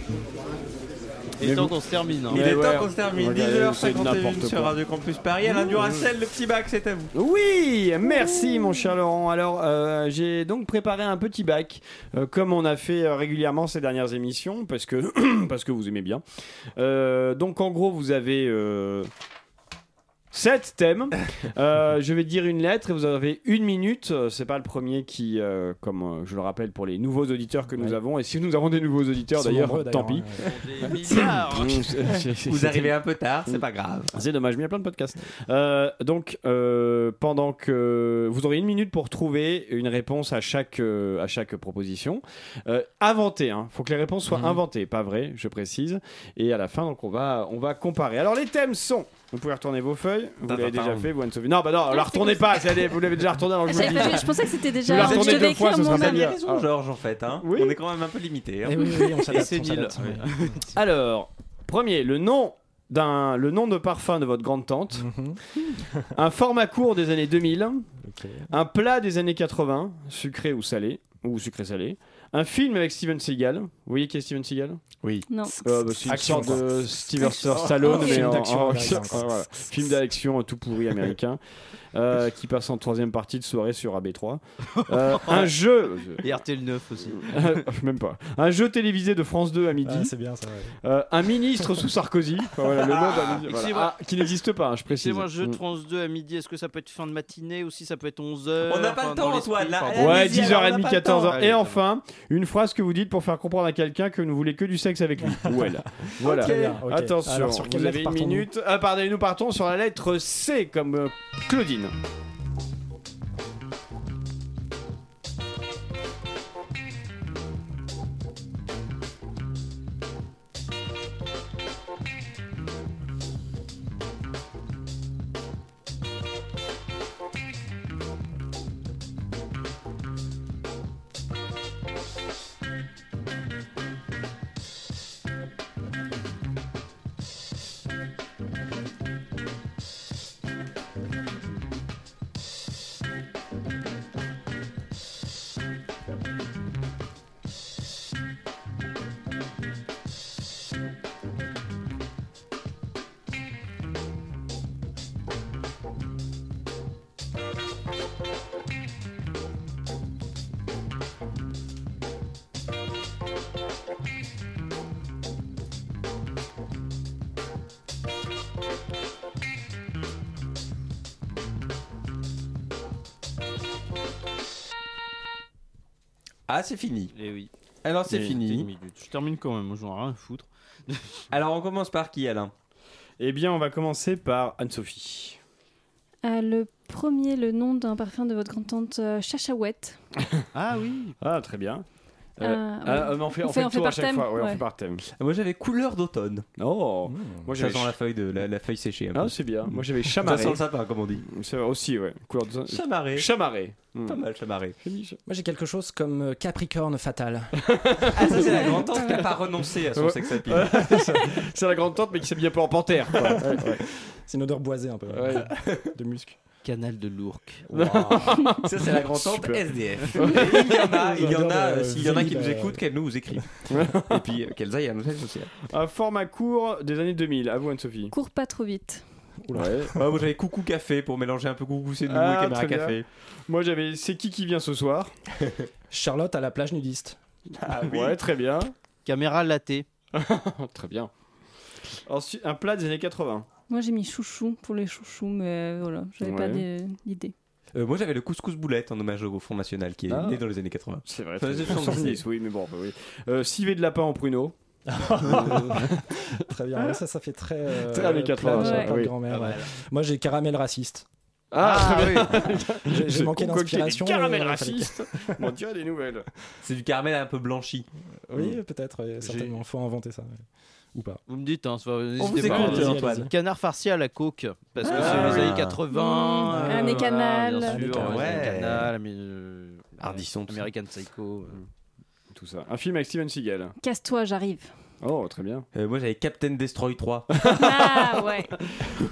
Speaker 10: Il est temps qu'on se termine. hein.
Speaker 1: Il est temps qu'on se termine. 10h51 sur Radio Campus Paris. Alain Duracel, le petit bac,
Speaker 11: <laughs>
Speaker 1: c'est à vous.
Speaker 11: Oui, merci mon cher Laurent. Alors, euh, j'ai donc préparé un petit bac, euh, comme on a fait euh, régulièrement ces dernières émissions, parce que, <coughs> parce que vous aimez bien. Euh, donc, en gros, vous avez. euh, sept thèmes. Euh, je vais dire une lettre et vous avez une minute. Euh, C'est pas le premier qui, euh, comme euh, je le rappelle pour les nouveaux auditeurs que nous avons, et si nous avons des nouveaux auditeurs
Speaker 1: Ils sont
Speaker 11: d'ailleurs,
Speaker 1: nombreux,
Speaker 11: tant pis.
Speaker 1: d'ailleurs, ouais. Des milliards.
Speaker 11: <laughs>
Speaker 1: Vous arrivez un peu tard, c'est pas grave.
Speaker 11: C'est dommage, mais il y a plein de podcasts. Euh, donc, euh, pendant que vous aurez une minute pour trouver une réponse à chaque, euh, à chaque proposition, euh, inventée, hein. faut que les réponses soient inventées, pas vraies, je précise. Et à la fin, donc, on va, on va comparer. Alors, les thèmes sont. Vous pouvez retourner vos feuilles, vous l'avez déjà fait, vous, Anne-Sophie. Non, bah non, la retournez pas, c'est- allez, vous l'avez déjà retourné.
Speaker 9: <laughs>
Speaker 11: alors je, vous le
Speaker 9: J'avais pas
Speaker 11: dis.
Speaker 9: vu, je pensais que c'était déjà-
Speaker 11: Vous la
Speaker 9: je
Speaker 11: retournez
Speaker 9: devais
Speaker 11: deux fois,
Speaker 9: écrire
Speaker 11: ce sera
Speaker 9: mon
Speaker 11: très
Speaker 9: avis.
Speaker 11: bien.
Speaker 1: raison, Georges, en fait. hein. On est quand même un peu limité. hein.
Speaker 11: Eh oui, oui, on s'adapte,
Speaker 1: Et c'est
Speaker 11: on
Speaker 1: nul.
Speaker 11: s'adapte, oui. Alors, premier, le nom d'un le nom de parfum de votre grande tante, un format court des années 2000, un plat des années 80, sucré ou salé ou sucré salé, un film avec Steven Seagal. Vous voyez qui est Steven Seagal
Speaker 1: Oui.
Speaker 9: Non.
Speaker 11: Euh, bah, c'est une
Speaker 1: Action,
Speaker 11: sorte de
Speaker 1: quoi.
Speaker 11: Steven
Speaker 1: Action.
Speaker 11: Stallone, mais
Speaker 1: Film
Speaker 11: en-
Speaker 1: d'action
Speaker 11: en-
Speaker 1: américain.
Speaker 11: <laughs> Ouais, voilà. film d'action tout pourri américain euh, qui passe en troisième partie de soirée sur AB3. Euh, un jeu. euh,
Speaker 10: Et RTL 9 aussi.
Speaker 11: Même pas. Un jeu télévisé de France 2 à midi.
Speaker 10: Ah, c'est bien, ça, ouais.
Speaker 11: Euh, un ministre sous Sarkozy. Enfin, voilà, le
Speaker 10: Ah,
Speaker 11: monde à midi. Voilà.
Speaker 10: excusez-moi.
Speaker 11: Ah, qui n'existe pas, hein, je précise.
Speaker 10: C'est moi, jeu
Speaker 11: Mm.
Speaker 10: France 2 à midi. Est-ce que ça peut être fin de matinée aussi Ça peut être 11h.
Speaker 1: On n'a pas le temps, Antoine, là.
Speaker 11: Ouais, 10h30, 14h. Et
Speaker 10: en
Speaker 11: enfin, une phrase que vous dites pour faire comprendre à quelqu'un que vous ne voulez que du sexe avec lui ou elle. Voilà.
Speaker 1: Ok.
Speaker 6: Ah,
Speaker 1: Ok.
Speaker 11: Attention,
Speaker 1: Alors, sur quelle
Speaker 11: vous
Speaker 1: lettre
Speaker 11: avez une
Speaker 1: partons-nous
Speaker 11: minute. Ah, pardon, nous partons sur la lettre C comme euh, Claudine.
Speaker 1: Ah, c'est fini.
Speaker 10: Et Eh oui.
Speaker 1: Alors, c'est
Speaker 10: Mais
Speaker 1: fini.
Speaker 10: une minute. Je termine quand même, moi j'en ai rien à foutre.
Speaker 1: Alors, on commence par qui, Alain
Speaker 11: Eh bien, on va commencer par Anne-Sophie.
Speaker 9: Euh, le premier, le nom d'un parfum de votre grande-tante euh, Chachahouette.
Speaker 10: Ah oui.
Speaker 11: Ah, très bien.
Speaker 9: Euh, Euh, ah, ouais. mais on fait- on On fait fait- on fait tour à par chaque thème, fois, ouais, on ouais. fait par
Speaker 11: thème.
Speaker 1: Moi j'avais couleur d'automne.
Speaker 11: Oh,
Speaker 1: moi
Speaker 11: Moi,
Speaker 1: j'avais
Speaker 11: j'avais
Speaker 1: dans
Speaker 11: ch-
Speaker 1: la feuille de la, la feuille séchée. un
Speaker 11: Ah,
Speaker 1: peu.
Speaker 11: c'est bien. Moi, j'avais
Speaker 1: Ça
Speaker 11: chamarré.
Speaker 1: sent le sapin, comme on dit.
Speaker 11: C'est vrai aussi, ouais. Couleur de- Hmm.
Speaker 1: Chamarré.
Speaker 11: Chamarré.
Speaker 1: Pas mal chamarré.
Speaker 6: Moi j'ai quelque chose comme euh, Capricorne fatal.
Speaker 1: Ah, ça c'est la grande tante qui n'a pas renoncé à son
Speaker 11: Ouais.
Speaker 1: sex appeal.
Speaker 11: Ouais, c'est- c'est la grande tante, mais qui s'habille un peu en panthère. quoi. Ouais, ouais.
Speaker 6: C'est une odeur boisée un peu.
Speaker 11: De musc.
Speaker 10: Canal de l'Ourc.
Speaker 11: <laughs>
Speaker 1: Ça c'est la grande tante
Speaker 11: Super.
Speaker 1: <laughs> SDF.
Speaker 11: Ouais.
Speaker 1: Et il y en a, il y en
Speaker 11: Odeur
Speaker 1: a,
Speaker 11: de-
Speaker 1: euh, s'il y en a qui
Speaker 11: vide,
Speaker 1: nous
Speaker 11: euh,
Speaker 1: écoutent, qu'elles nous écrivent. Et puis euh, qu'elles aillent à nos aides <laughs> sociales.
Speaker 11: Un format court des années 2000. À vous, Anne-Sophie.
Speaker 9: Cours pas trop vite.
Speaker 11: Ouais.
Speaker 1: moi j'avais coucou café pour mélanger un peu coucou c'est nous
Speaker 11: Ah,
Speaker 1: et caméra
Speaker 11: très bien.
Speaker 1: café.
Speaker 11: Moi, j'avais C'est qui qui vient ce soir
Speaker 6: Charlotte à la plage
Speaker 11: <laughs>
Speaker 6: nudiste.
Speaker 11: Ouais, très bien.
Speaker 10: Caméra latée.
Speaker 11: Oh, très bien. Ensuite, un plat des années 80.
Speaker 9: Moi j'ai mis chouchou pour les chouchous, mais euh, voilà, j'avais pas
Speaker 1: Ouais.
Speaker 9: de- d'idée.
Speaker 1: Euh, moi j'avais le couscous boulette en hommage au Front National qui est
Speaker 11: Ah.
Speaker 1: né dans les années 80.
Speaker 11: C'est vrai.
Speaker 1: Enfin,
Speaker 11: très
Speaker 1: les
Speaker 11: bien.
Speaker 1: années 70.
Speaker 11: 70, oui, mais bon, bah oui. Euh, civet de lapin en pruneau.
Speaker 6: Très bien, ouais, ça, ça fait très. euh,
Speaker 11: Très années 80,
Speaker 6: plage,
Speaker 11: ça,
Speaker 6: pas de
Speaker 11: oui.
Speaker 6: grand-mère,
Speaker 11: Ah,
Speaker 6: ouais.
Speaker 11: voilà.
Speaker 6: Moi j'ai caramel raciste.
Speaker 11: Ah,
Speaker 6: Ah,
Speaker 11: très bien.
Speaker 6: oui. J'ai- j'ai manqué
Speaker 11: concocté
Speaker 6: d'inspiration,
Speaker 11: Des caramels
Speaker 6: euh,
Speaker 11: racistes. <laughs> Mon dieu, des nouvelles.
Speaker 1: C'est du caramel un peu blanchi.
Speaker 6: Oui, peut-être, oui,
Speaker 1: J'ai-
Speaker 6: certainement. Faut inventer ça. ouais. Ou pas.
Speaker 10: Vous me dites, hein, ça va,
Speaker 1: vous
Speaker 10: n'hésitez pas.
Speaker 1: écoute,
Speaker 10: Allez-y,
Speaker 1: Antoine.
Speaker 10: allez-y. Canard farci à la coke, parce que
Speaker 1: Ah,
Speaker 10: c'est les
Speaker 1: oui.
Speaker 10: années 80.
Speaker 9: Mm,
Speaker 10: euh,
Speaker 9: un écanal.
Speaker 10: voilà, bien sûr,
Speaker 1: Un
Speaker 10: ouais,
Speaker 1: écanal.
Speaker 10: un canal, mais, euh,
Speaker 1: Ardisson, tout ça. Mmh.
Speaker 10: American Psycho. euh.
Speaker 11: Tout ça. Un film avec Steven Seagal.
Speaker 9: Casse-toi, j'arrive.
Speaker 11: Oh, très bien. <laughs>
Speaker 1: Euh, moi j'avais Captain Destroy <laughs> 3.
Speaker 9: Ah ouais.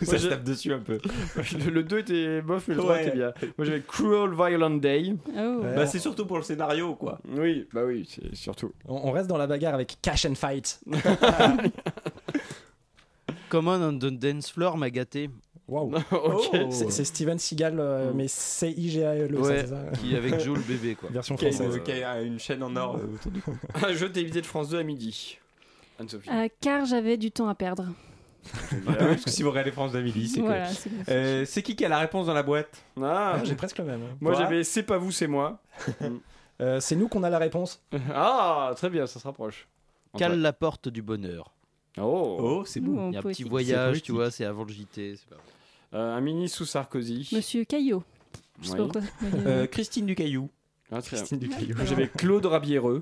Speaker 1: ça se tape dessus un peu.
Speaker 11: Le, 2 était bof, mais le 3
Speaker 1: Ouais.
Speaker 11: était bien. Moi j'avais Cruel Violent Day.
Speaker 9: <laughs> Oh.
Speaker 1: Bah, c'est surtout pour le scénario quoi.
Speaker 11: Oui, bah oui, c'est <laughs> surtout.
Speaker 6: On, on reste dans la bagarre avec Cash and Fight.
Speaker 10: Common on the dance floor m'a gâté.
Speaker 6: Waouh.
Speaker 1: Oh.
Speaker 11: ok.
Speaker 6: C'est c'est Steven Seagal, euh, mais c'est IGAE, le
Speaker 10: Ouais,
Speaker 6: c'est E, ça <laughs>
Speaker 10: qui avec Joe le bébé quoi.
Speaker 6: Version
Speaker 1: Qui a,
Speaker 6: française.
Speaker 1: une- qui a euh, ah, une chaîne en or euh, autour du cou.
Speaker 11: Un jeu télévisé de France 2 à midi. Anne-Sophie.
Speaker 9: Euh, car j'avais du temps à perdre.
Speaker 1: Parce que si vous regardez France 2010, c'est
Speaker 9: Voilà,
Speaker 1: que-
Speaker 9: c'est bon.
Speaker 1: Euh, c'est qui qui a la réponse dans la boîte
Speaker 11: Ah,
Speaker 6: Ah, J'ai presque le même. hein.
Speaker 11: moi
Speaker 1: Toi
Speaker 11: j'avais C'est pas vous, c'est moi.
Speaker 6: Euh, c'est nous qu'on a la réponse.
Speaker 11: <laughs> Ah, très bien, ça se rapproche.
Speaker 10: Cale la porte du bonheur.
Speaker 11: Oh.
Speaker 1: Oh, c'est bon.
Speaker 9: Oh,
Speaker 10: Il y a un petit
Speaker 9: poétique.
Speaker 10: voyage,
Speaker 1: C'est
Speaker 10: tu vois, c'est avant le JT. c'est pas vrai.
Speaker 11: Euh, un mini sous Sarkozy.
Speaker 9: Monsieur Caillot. Je sais pas
Speaker 11: Oui.
Speaker 9: pourquoi. mais, euh,
Speaker 1: Euh, Christine Ducaillou.
Speaker 11: Ah, très bien.
Speaker 6: Christine Ducaillou.
Speaker 11: Moi, J'avais Claude <laughs> Rabiereux.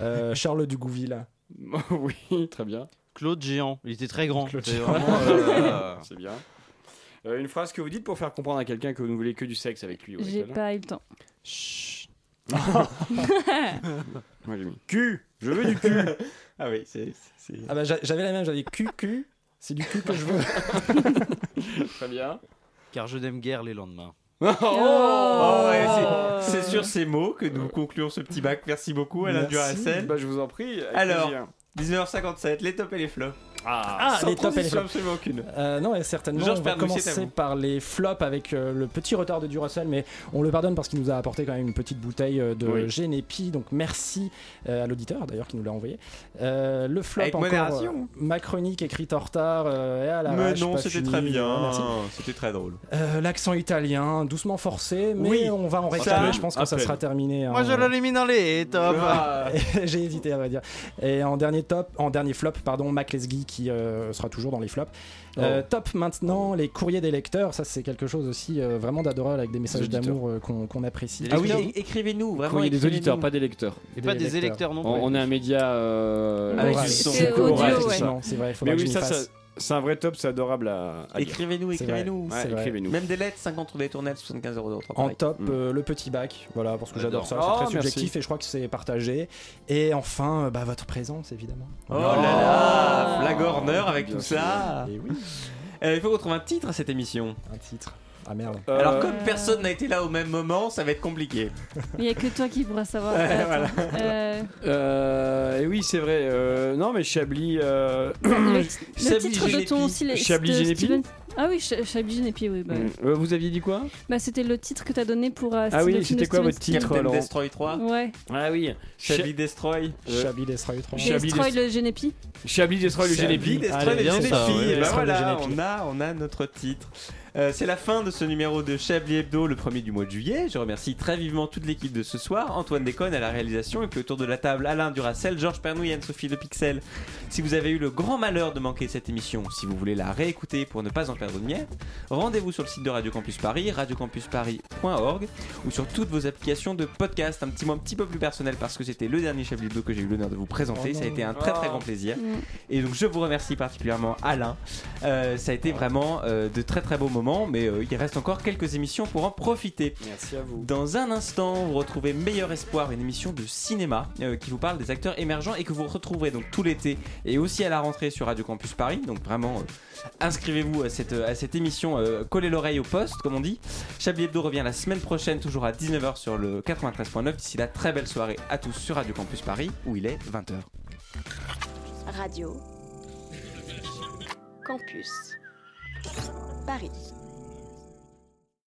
Speaker 6: Euh, Charles Dugouville.
Speaker 11: Oh, oui, très bien.
Speaker 10: Claude Géant, il était très grand.
Speaker 6: Claude
Speaker 10: C'est
Speaker 6: Géant.
Speaker 10: vraiment, euh,
Speaker 11: C'est bien. Euh, une phrase que vous dites pour faire comprendre à quelqu'un que vous ne voulez que du sexe avec lui. ou avec
Speaker 9: J'ai
Speaker 11: elle.
Speaker 9: pas eu le temps.
Speaker 11: Moi j'ai mis cul. Je veux du cul.
Speaker 1: Ah oui, c'est. c'est-
Speaker 6: Ah bah j'a- j'avais la même, j'avais QQ. C'est du cul que je veux.
Speaker 11: <laughs> très <laughs> bien.
Speaker 10: car je n'aime guère les lendemains.
Speaker 1: Oh, ouais,
Speaker 9: Oh.
Speaker 1: c'est- c'est sur ces mots que nous concluons ce petit bac. Merci beaucoup, Alain
Speaker 6: Merci.
Speaker 1: Duracel.
Speaker 11: Bah, je vous en prie. avec
Speaker 1: Alors.
Speaker 11: plaisir.
Speaker 1: 19h57, les tops et les flops.
Speaker 11: Ah.
Speaker 6: les tops et les
Speaker 1: transition
Speaker 6: flops.
Speaker 1: absolument aucune.
Speaker 6: Euh, non, et certainement,
Speaker 1: Georges
Speaker 6: on va
Speaker 1: Pernoud, c'est à
Speaker 6: commencer
Speaker 1: vous.
Speaker 6: par les flops avec euh, le petit retard de Duracell, mais on le pardonne parce qu'il nous a apporté quand même une petite bouteille euh, de
Speaker 11: Oui.
Speaker 6: Genepi, donc merci euh, à l'auditeur d'ailleurs qui nous l'a envoyé. Euh, le flop
Speaker 1: Avec
Speaker 6: encore,
Speaker 1: modération.
Speaker 6: euh, ma chronique écrite en retard euh, et à la
Speaker 1: Mais
Speaker 6: rage,
Speaker 1: non,
Speaker 6: pas
Speaker 1: c'était
Speaker 6: finie,
Speaker 1: très
Speaker 6: euh, merci.
Speaker 1: bien. C'était très drôle.
Speaker 6: Euh, L'accent italien, doucement forcé, mais
Speaker 1: Oui.
Speaker 6: on va en
Speaker 1: Ça,
Speaker 6: récupérer, je pense que ça
Speaker 11: appelle.
Speaker 6: sera terminé.
Speaker 10: Moi
Speaker 6: hein.
Speaker 10: je l'allume dans les
Speaker 11: Ah, bah,
Speaker 10: tops.
Speaker 6: <laughs> J'ai hésité à vrai dire. Et en dernier top, en dernier flop, pardon, Mac Lesguy qui euh, sera toujours dans les flops. Euh, top maintenant, les courriers des lecteurs. Ça c'est quelque chose aussi euh, vraiment d'adorable avec des messages
Speaker 11: auditeurs.
Speaker 6: d'amour euh, qu'on qu'on apprécie.
Speaker 10: Des Ah oui, lecteurs.
Speaker 1: é- écrivez-nous, vraiment.
Speaker 11: Courrier des
Speaker 1: écrivez-nous. Oh.
Speaker 11: auditeurs, pas des lecteurs.
Speaker 10: Et pas des électeurs non
Speaker 11: On,
Speaker 10: plus.
Speaker 11: on est un média. euh,
Speaker 9: Avec
Speaker 11: oral.
Speaker 9: du son.
Speaker 11: C'est
Speaker 9: audio,
Speaker 11: oral,
Speaker 9: ouais.
Speaker 11: effectivement.
Speaker 6: effectivement, c'est vrai. Faudra
Speaker 11: Mais
Speaker 6: que
Speaker 11: oui,
Speaker 6: je m'y
Speaker 11: ça,
Speaker 6: fasse.
Speaker 11: ça- c'est un vrai top, c'est adorable à, à lire.
Speaker 1: Écrivez-nous,
Speaker 6: C'est vrai.
Speaker 1: écrivez-nous.
Speaker 11: Ouais,
Speaker 6: c'est vrai.
Speaker 11: écrivez-nous.
Speaker 1: Même des lettres, 50 euros des tournées, 75 euros d'euros.
Speaker 6: En top,
Speaker 11: Mm.
Speaker 6: euh, le petit bac, voilà, parce que j'adore ça,
Speaker 11: Oh,
Speaker 6: c'est très
Speaker 11: merci.
Speaker 6: subjectif et je crois que c'est partagé. Et enfin, euh, bah, votre présence, évidemment.
Speaker 1: Oh là là,
Speaker 11: Oh.
Speaker 1: flagorneur avec tout
Speaker 11: Bien
Speaker 1: ça.
Speaker 6: Et oui,
Speaker 1: Euh, Il faut qu'on trouve un titre à cette émission.
Speaker 6: Ah. un titre. Ah merde.
Speaker 11: Euh,
Speaker 1: Alors, comme personne n'a été là au même moment, ça va être compliqué.
Speaker 9: Il y a que toi qui pourras savoir. Attends. Euh,
Speaker 11: euh, et oui, c'est vrai. euh, non, mais Chablis. euh,
Speaker 9: le, le
Speaker 1: Chablis
Speaker 9: titre de ton
Speaker 1: Génépi.
Speaker 9: silence.
Speaker 11: Chablis Génépi.
Speaker 9: Ah oui, Ch- Chablis Génépi, oui. Bah, oui.
Speaker 11: euh, vous aviez dit quoi
Speaker 9: Bah, c'était le titre que t'as donné pour. euh,
Speaker 11: Ah
Speaker 9: Style
Speaker 11: oui,
Speaker 9: of
Speaker 11: c'était quoi
Speaker 9: Steven
Speaker 11: votre titre,
Speaker 1: Captain
Speaker 11: Laurent
Speaker 1: Destroy 3,
Speaker 9: Ouais.
Speaker 11: Ah oui.
Speaker 1: Shabby Destroy.
Speaker 11: Euh,
Speaker 6: Chablis Destroy 3.
Speaker 11: Chablis
Speaker 9: Destroy le Génépi.
Speaker 11: Chablis Destroy le
Speaker 1: Chablis
Speaker 11: Génépi.
Speaker 1: Destroy
Speaker 6: Allez,
Speaker 1: le
Speaker 6: bien
Speaker 1: Génépi.
Speaker 6: ça, ouais.
Speaker 1: Et ben
Speaker 6: Destroy le
Speaker 1: voilà,
Speaker 6: Génépi.
Speaker 1: on a, on a notre titre. Euh, c'est la fin de ce numéro de Chablis Hebdo, le premier du mois de juillet. Je remercie très vivement toute l'équipe de ce soir, Antoine Déconne à la réalisation, et puis autour de la table, Alain Duracel, Georges Pernou et Anne-Sophie Le Pixel. Si vous avez eu le grand malheur de manquer cette émission, si vous voulez la réécouter pour ne pas en perdre une miette, rendez-vous sur le site de Radio Campus Paris, radiocampusparis.org, ou sur toutes vos applications de podcast. Un petit mot un petit peu plus personnel parce que c'était le dernier Chablis Hebdo que j'ai eu l'honneur de vous présenter.
Speaker 6: Oh
Speaker 1: Ça a
Speaker 6: non.
Speaker 1: été un très très
Speaker 11: Oh.
Speaker 1: grand plaisir.
Speaker 9: Mm.
Speaker 1: Et donc je vous remercie particulièrement Alain. Euh, ça a été vraiment euh, de très très beaux moments, mais euh, il reste encore quelques émissions pour en profiter.
Speaker 11: Merci à vous.
Speaker 1: Dans un instant, vous retrouvez Meilleur Espoir, une émission de cinéma euh, qui vous parle des acteurs émergents et que vous retrouverez donc tout l'été et aussi à la rentrée sur Radio Campus Paris. Donc vraiment, euh, inscrivez-vous à cette, à cette émission, euh, collez l'oreille au poste, comme on dit. Chablis Hebdo revient la semaine prochaine, toujours à 19h sur le 93.9. D'ici là, très belle soirée à tous sur Radio Campus Paris, où il est 20h.
Speaker 16: Radio. Campus. Paris.